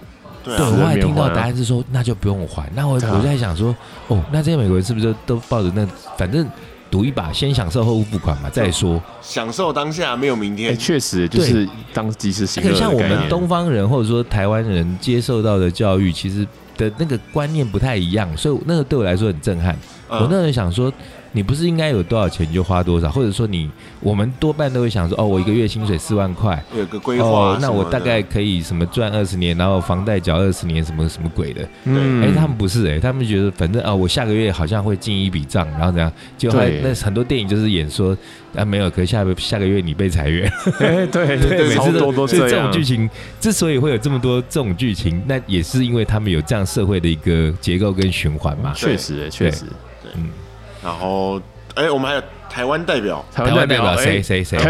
Speaker 1: 对
Speaker 3: 对，
Speaker 1: 啊
Speaker 2: 死
Speaker 3: 我
Speaker 2: 了
Speaker 3: 还
Speaker 2: 没有
Speaker 3: 听到
Speaker 2: 还啊
Speaker 3: 答案是说，那就不用还。那我
Speaker 2: 对啊
Speaker 3: 我在想说，哦，那这些美国人是不是都都抱着那反正赌一把，先享受后付款嘛，再说。
Speaker 1: 享受当下，没有明
Speaker 2: 哎，
Speaker 1: 天。
Speaker 2: 确实就是当及时行
Speaker 3: 可
Speaker 2: 乐
Speaker 3: 以
Speaker 2: 的
Speaker 3: 哎像我
Speaker 2: 概
Speaker 3: 们
Speaker 2: 念
Speaker 3: 东方人或者说台湾人接受到的教育，其实的那个观念不太一样，所以那个对我来说很震撼。
Speaker 1: 嗯
Speaker 3: 我那时候想说，你不是应该有多少钱你就花多少，或者说你我们多半都会想说，哦，我一个月薪水四万块，
Speaker 1: 有个规划什么
Speaker 3: 哦
Speaker 1: 的、，
Speaker 3: 那我大概可以什么赚二十年，然后房贷缴二十年，什么什么鬼的。
Speaker 2: 嗯
Speaker 3: 哎、他们不是哎、他们觉得反正啊、我下个月好像会进一笔账，然后怎样？结果后来
Speaker 2: 对
Speaker 3: 那很多电影就是演说啊，没有，可是下个下个月你被裁员，
Speaker 2: 哎， (laughs) 对
Speaker 1: 对
Speaker 2: 对，
Speaker 3: 每
Speaker 2: 超
Speaker 3: 次
Speaker 2: 多都
Speaker 3: 所以
Speaker 2: 这
Speaker 3: 这
Speaker 2: 样
Speaker 3: 种。剧情之所以会有这么多这种剧情，那也是因为他们有这样社会的一个结构跟循环嘛。
Speaker 2: 确实，哎确实，
Speaker 1: 然后，哎、我们还有台湾代表哎
Speaker 2: 台
Speaker 3: 台湾代表
Speaker 2: 哎
Speaker 3: 谁谁谁
Speaker 1: 呃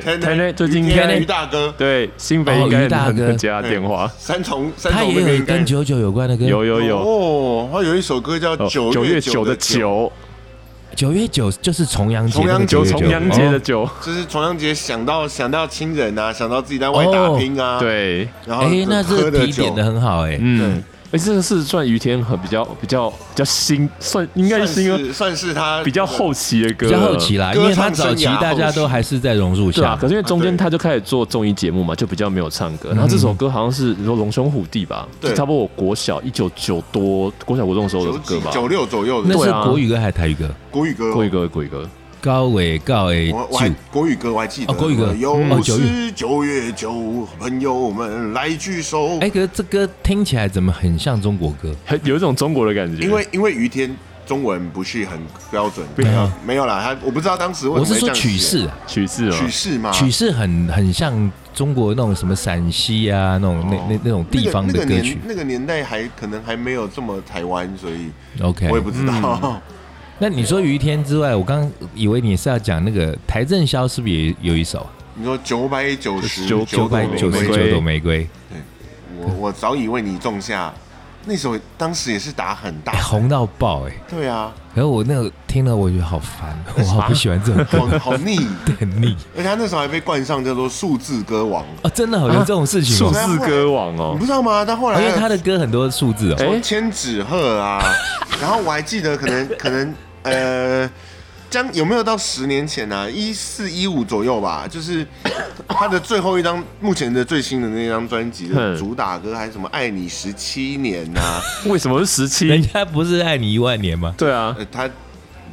Speaker 1: Tanner
Speaker 2: Tanner 最近应
Speaker 1: Tanner，
Speaker 2: 该
Speaker 1: 于啊大哥，
Speaker 2: 对新北应
Speaker 3: 哦
Speaker 2: 该
Speaker 3: 于大哥
Speaker 2: 很加电话，
Speaker 1: 三重三
Speaker 3: 他
Speaker 1: 重
Speaker 3: 也
Speaker 1: 那边
Speaker 3: 有
Speaker 1: 应该
Speaker 3: 跟九九有关的歌，
Speaker 2: 有有有
Speaker 1: 哦，他有一首歌叫
Speaker 2: 哦
Speaker 1: 《九
Speaker 2: 九
Speaker 1: 月
Speaker 2: 月
Speaker 1: 九
Speaker 2: 九的
Speaker 1: 的九》，
Speaker 2: 九，
Speaker 3: 九月九就是重阳节
Speaker 1: 重
Speaker 3: 那
Speaker 1: 阳
Speaker 3: 个
Speaker 1: 九
Speaker 3: 九
Speaker 2: 九
Speaker 1: 九
Speaker 3: 月九，
Speaker 2: 重阳节的
Speaker 3: 哦
Speaker 2: 九，
Speaker 1: 就是重阳节想到想到亲人啊，想到自己在外打拼啊，，
Speaker 2: 对，
Speaker 1: 然后
Speaker 3: 哎、哦那
Speaker 1: 喝
Speaker 3: 这
Speaker 1: 的
Speaker 3: 提
Speaker 1: 酒
Speaker 3: 点的很好哎、
Speaker 2: 嗯，而这个是算于天和比较比较比较新，算应该
Speaker 1: 算
Speaker 2: 是一个
Speaker 1: 是算是他
Speaker 2: 比较后期的歌了，
Speaker 3: 比较后期啦，因为他早期
Speaker 1: 歌唱生涯
Speaker 3: 大家都还是在榕树
Speaker 2: 对啊嗯
Speaker 3: 下，，
Speaker 2: 可是因为中
Speaker 1: 啊对
Speaker 2: 间他就开始做综艺节目嘛，就比较没有唱歌。然后这首歌好像是你说《龙兄虎弟》吧，
Speaker 1: 对
Speaker 2: 就差不多我国小一九九多国小国中的时候
Speaker 1: 九
Speaker 2: 的歌
Speaker 1: 几
Speaker 2: 吧。
Speaker 1: 九六左右的
Speaker 3: 那
Speaker 2: 对
Speaker 3: 是
Speaker 2: 啊
Speaker 3: 国语歌还是台语歌？
Speaker 1: 国语歌哦，
Speaker 2: 国语歌，国语歌，
Speaker 3: 高伟高诶
Speaker 1: 我我还
Speaker 3: 就
Speaker 1: 国语歌我还记得，
Speaker 3: 哦国语歌嗯
Speaker 1: 有
Speaker 3: 哦九
Speaker 1: 是
Speaker 3: 月
Speaker 1: 九月九，朋友们来聚首。
Speaker 3: 哎，可是这歌听起来怎么很像中国歌？
Speaker 2: 很 (laughs) 有一种中国的感觉。
Speaker 1: 因为因为于天中文不是很标准，没有没有啦，他我不知道当时为
Speaker 3: 我
Speaker 1: 什么
Speaker 3: 是
Speaker 1: 会这
Speaker 3: 说
Speaker 1: 样
Speaker 3: 曲
Speaker 1: 写
Speaker 3: 式啊，
Speaker 2: 曲式嘛，
Speaker 1: 曲式嘛，
Speaker 3: 曲式很很像中国那种什么陕西啊那种那那那种地方
Speaker 1: 哦那
Speaker 3: 的
Speaker 1: 个
Speaker 3: 歌
Speaker 1: 那个
Speaker 3: 曲
Speaker 1: 年。那个年代还可能还没有这么台湾，所以
Speaker 3: OK，
Speaker 1: 我也不知
Speaker 3: 嗯
Speaker 1: 道。
Speaker 3: 那你说于天之外，我刚以为你是要讲那个邰正宵是不是也有一首
Speaker 1: 你说九百九十
Speaker 2: 九
Speaker 3: 九百
Speaker 2: 朵
Speaker 3: 九
Speaker 2: 玫
Speaker 3: 十
Speaker 2: 瑰
Speaker 3: 九朵玫瑰？
Speaker 1: 我我早已为你种下，那时候当时也是打很大
Speaker 3: 哎，，红到爆哎！
Speaker 1: 对啊，
Speaker 3: 然后我那个听了，我觉得
Speaker 1: (laughs)
Speaker 3: 好烦，我好不喜欢这种歌，
Speaker 1: 好好
Speaker 3: (laughs)
Speaker 1: 腻，
Speaker 3: 很
Speaker 1: (laughs)
Speaker 3: 腻
Speaker 1: 而且他那时候还被冠上叫做数字歌王，
Speaker 3: 哦，真的好像这种事情
Speaker 2: 数
Speaker 3: 哦，
Speaker 2: 字歌王哦
Speaker 1: 你不，知道吗？但后来
Speaker 3: 因为他的歌很多数字哦。
Speaker 2: 哎，
Speaker 1: 千纸鹤
Speaker 3: (laughs)
Speaker 1: 啊，然后我还记得可能可能呃，将有没有到十年前呢、啊？一四一五左右吧，就是他的最后一张，目前的最新的那张专辑的
Speaker 2: 嗯
Speaker 1: 主打歌，还是什么《爱你十七年》啊呐、
Speaker 2: 为什么是十
Speaker 3: 人
Speaker 2: 七？
Speaker 3: 家不是爱你一万年吗？
Speaker 2: 对啊，
Speaker 1: 呃，他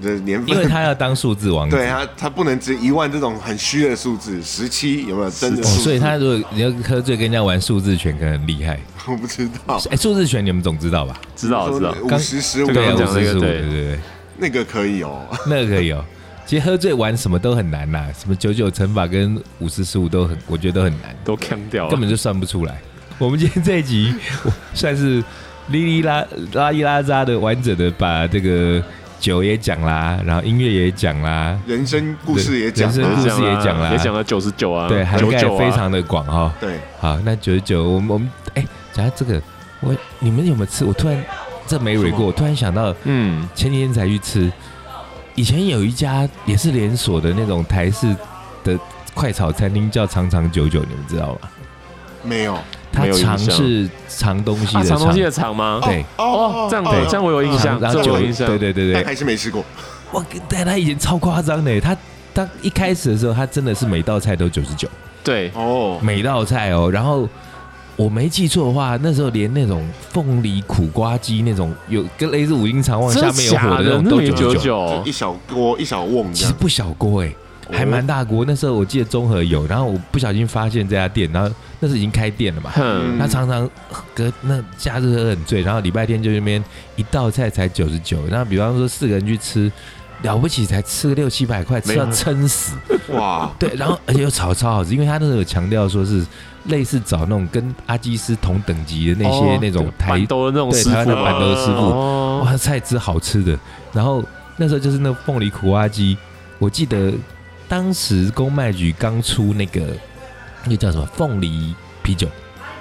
Speaker 1: 的年
Speaker 3: 因为
Speaker 1: 份。
Speaker 3: 他要当数字王子。
Speaker 1: 对他，他不能只一万这种很虚的数字，十七有没有真的
Speaker 3: 哦，
Speaker 1: 数字？
Speaker 3: 所以他如果你要喝醉跟人家玩数字拳，可能很厉害。
Speaker 1: (laughs) 我不知道，
Speaker 3: 哎，数字拳你们总知道吧？
Speaker 2: 知道知道。
Speaker 1: 五十十五
Speaker 2: 这个
Speaker 3: 对，
Speaker 2: 刚
Speaker 3: 我
Speaker 2: 刚讲那
Speaker 3: 是
Speaker 2: 个
Speaker 3: 对
Speaker 2: 对
Speaker 3: 对对，
Speaker 1: 那个可以哦， (laughs)
Speaker 3: 那个可以哦。其实喝醉玩什么都很难呐，什么九九乘法跟五十十五都很，我觉得都很难，
Speaker 2: 都坑掉了，
Speaker 3: 根本就算不出来。我们今天这一集我算是哩哩啦啦一拉扎的完整的把这个酒也讲啦，然后音乐也讲啦，
Speaker 1: 人生故事也讲啊
Speaker 3: 人生
Speaker 1: 了，
Speaker 3: 故事也讲啦
Speaker 2: 也讲了九十九啊，
Speaker 3: 对，涵
Speaker 2: 九
Speaker 3: 盖
Speaker 2: 九
Speaker 3: 非
Speaker 2: 啊，
Speaker 3: 常的广哈。
Speaker 1: 对，
Speaker 3: 好，那九十九，我们我们哎，讲到这个，我你们有没有吃？我突然这没蕊过，我突然想到
Speaker 2: 嗯，
Speaker 3: 前几天才去吃，以前有一家也是连锁的那种台式的快炒餐厅，叫长长久久，你们知道吗？
Speaker 1: 没有
Speaker 3: 它
Speaker 2: 没有印象
Speaker 3: 长是藏东西
Speaker 2: 啊，
Speaker 3: 的
Speaker 2: 长
Speaker 3: 长，
Speaker 2: 东西的长吗？
Speaker 3: 对
Speaker 2: 哦，这样对，这样我有印象，
Speaker 3: 然
Speaker 2: 这
Speaker 3: 后
Speaker 2: 我
Speaker 3: 久
Speaker 2: 有印象，
Speaker 3: 对对对
Speaker 1: 但
Speaker 3: 对，
Speaker 1: 还是没吃过。
Speaker 3: 哇，但他以前超夸张的，他他一开始的时候，他真的是每道菜都九十九。
Speaker 2: 对，
Speaker 1: 哦，
Speaker 3: 每道菜哦，然后我没记错的话，那时候连那种凤梨苦瓜鸡那种有跟类似五星长旺
Speaker 2: 真
Speaker 3: 哦下
Speaker 2: 的
Speaker 3: 面有
Speaker 2: 假
Speaker 3: 火的
Speaker 2: 的？
Speaker 3: 种
Speaker 2: 那
Speaker 3: 都
Speaker 2: 也
Speaker 3: 九
Speaker 2: 九
Speaker 3: 九，
Speaker 2: 九
Speaker 1: 就一，小锅一小瓮
Speaker 3: 其
Speaker 1: 这
Speaker 3: 实 (laughs)
Speaker 1: 样，
Speaker 3: 不小锅哎、
Speaker 2: 哦
Speaker 3: 还蛮大锅。那时候我记得中和有，然后我不小心发现这家店，然后那时候已经开店了嘛。
Speaker 2: 哼，
Speaker 3: 他常常隔那假日喝很醉，然后礼拜天就那边一道菜才九十九，然后比方说四个人去吃，了不起才吃个六七百块，吃到
Speaker 2: 没有
Speaker 3: 撑死。
Speaker 1: 哇，
Speaker 3: 对，然后而且又炒超好吃，因为他那时候有强调说是类似找那种跟阿基师同等级的那些、
Speaker 2: 哦
Speaker 3: 那种台
Speaker 2: 板兜的那种
Speaker 3: 对
Speaker 2: 师
Speaker 3: 台湾
Speaker 2: 傅
Speaker 3: 的
Speaker 2: 嘛
Speaker 3: 板豆师傅，
Speaker 2: 哦，
Speaker 3: 哇，菜汁好吃的。然后那时候就是那凤梨苦瓜鸡，我记得当时公卖局刚出那个那个叫什么凤梨啤酒，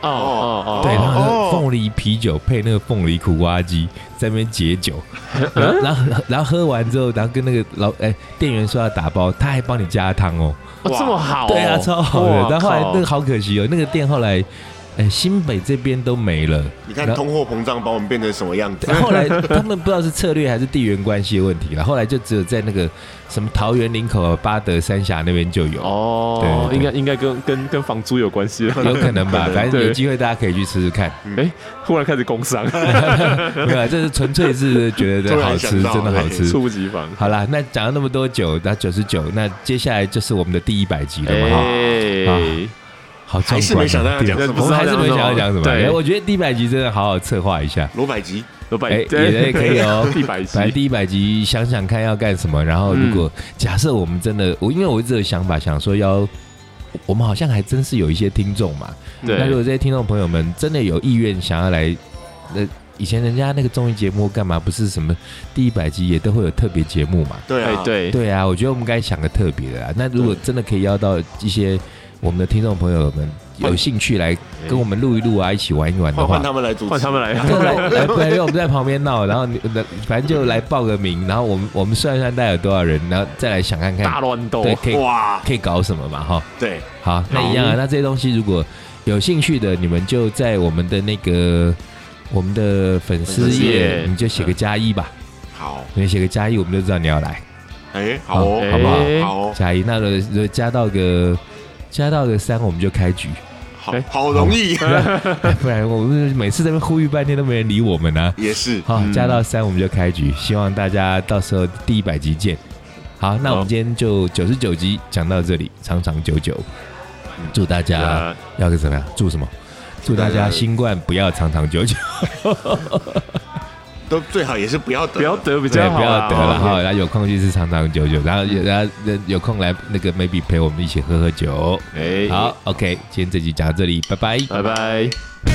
Speaker 2: 哦哦哦，
Speaker 3: 对，然后
Speaker 1: 哦
Speaker 3: 那个凤梨啤酒配那个凤梨苦瓜鸡，在那边解酒，
Speaker 2: 嗯
Speaker 3: 然后然后然后喝完之后，然后跟那个老哎店员说要打包，他还帮你加汤哦。
Speaker 2: 哦这么好哦，
Speaker 3: 对啊，超好的
Speaker 2: 哇。
Speaker 3: 但后来那个
Speaker 2: 靠
Speaker 3: 好可惜哦，那个店后来哎，新北这边都没了。
Speaker 1: 你看
Speaker 3: 然后
Speaker 1: 通货膨胀把我们变成什么样子？
Speaker 3: 后来他们不知道是策略还是地缘关系的问题了，后来就只有在那个什么桃园林口、巴德三峡那边就有，
Speaker 2: 哦，
Speaker 3: 对对对
Speaker 2: 应该应该跟跟跟房租有关系 (laughs) 了。
Speaker 3: 有可能吧，
Speaker 1: 可能
Speaker 3: 反正有
Speaker 2: 对
Speaker 3: 机会大家可以去试
Speaker 1: (laughs)
Speaker 3: 试看。 (laughs)
Speaker 2: 哎、忽然开始工伤，
Speaker 3: 没有啊，这是纯粹是觉得
Speaker 1: 突
Speaker 3: 好
Speaker 1: 然
Speaker 3: 吃，
Speaker 1: 想到
Speaker 3: 真的好吃。
Speaker 2: 猝不及防。
Speaker 3: 好啦，那讲了那么多酒，那九十九，那接下来就是我们的第一百集了
Speaker 2: 哎、
Speaker 3: 嘛，哈、啊好
Speaker 1: 还
Speaker 3: 壮观啊、
Speaker 1: 是没想到要讲
Speaker 3: 对
Speaker 1: 什么
Speaker 3: 我们还是没想要讲什么。
Speaker 2: 对
Speaker 3: 哎我觉得第一百集真的好好策划一下，
Speaker 1: 罗百吉，
Speaker 2: 有百、
Speaker 3: 哎也可以哦
Speaker 2: (laughs) 一百
Speaker 3: 反正
Speaker 2: 集，
Speaker 3: 第一百集想想看要干什么，然后如果、假设我们真的，我因为我一直有想法，想说要。我们好像还真是有一些听众嘛，那如
Speaker 2: 对，
Speaker 3: 果这些听众朋友们真的有意愿想要来，那以前人家那个综艺节目干嘛不是什么第一百集也都会有特别节目嘛？
Speaker 1: 对
Speaker 2: 哎
Speaker 1: 啊，，
Speaker 2: 对，
Speaker 3: 对啊，我觉得我们该想个特别的啊。那如果真的可以邀到一些我们的听众朋友们有兴趣来跟我们录一录啊，一起玩一玩的
Speaker 1: 换换
Speaker 3: 话，
Speaker 1: 他们来主持，
Speaker 2: 换他们来，
Speaker 3: (laughs) 对来来，不然我们在旁边闹，然后你反正就来报个名，然后我们我们算一算大概有多少人，然后再来想看
Speaker 2: 大
Speaker 3: 看，
Speaker 2: 乱斗，
Speaker 3: 对，可以
Speaker 1: 哇，
Speaker 3: 可以搞什么嘛哈。
Speaker 1: 对，
Speaker 3: 好，那一样啊。那这些东西如果有兴趣的，你们就在我们的那个我们的粉丝
Speaker 1: 粉丝
Speaker 3: 页
Speaker 2: 页，
Speaker 3: 你就写个加一吧，
Speaker 1: 好，
Speaker 3: 你写个加一，我们就知道你要来。
Speaker 1: 哎，好哦，
Speaker 3: 好不好
Speaker 2: 哎
Speaker 1: 好哦，
Speaker 3: 加一，那如果如果加到个加到个三，我们就开局。 (laughs)
Speaker 1: 好
Speaker 2: 哎，
Speaker 1: 好容易，
Speaker 3: 不然我们每次在那边呼吁半天都没人理我们啊。
Speaker 1: (laughs) 也是，
Speaker 3: 好，
Speaker 2: 嗯
Speaker 3: 加到三我们就开局，希望大家到时候第一百集见。好，那我
Speaker 2: 好
Speaker 3: 们今天就九十九集讲到这里，长长久久，祝大家
Speaker 2: 呃
Speaker 3: 要个怎么样？祝什么？祝大家新冠不要长
Speaker 2: (laughs)
Speaker 3: 长久久，
Speaker 1: 都最好也是不要得，
Speaker 2: 不要得比
Speaker 3: 对，
Speaker 2: 较好
Speaker 3: 不
Speaker 2: 啦，
Speaker 3: 要得了
Speaker 2: 哦
Speaker 3: 哈。然后有空就是长长久久，然后有然后有空来那个 maybe 陪我们一起喝喝酒。
Speaker 2: 哎，
Speaker 3: 好，，OK，今天这集讲到这里，拜拜。
Speaker 2: 拜拜。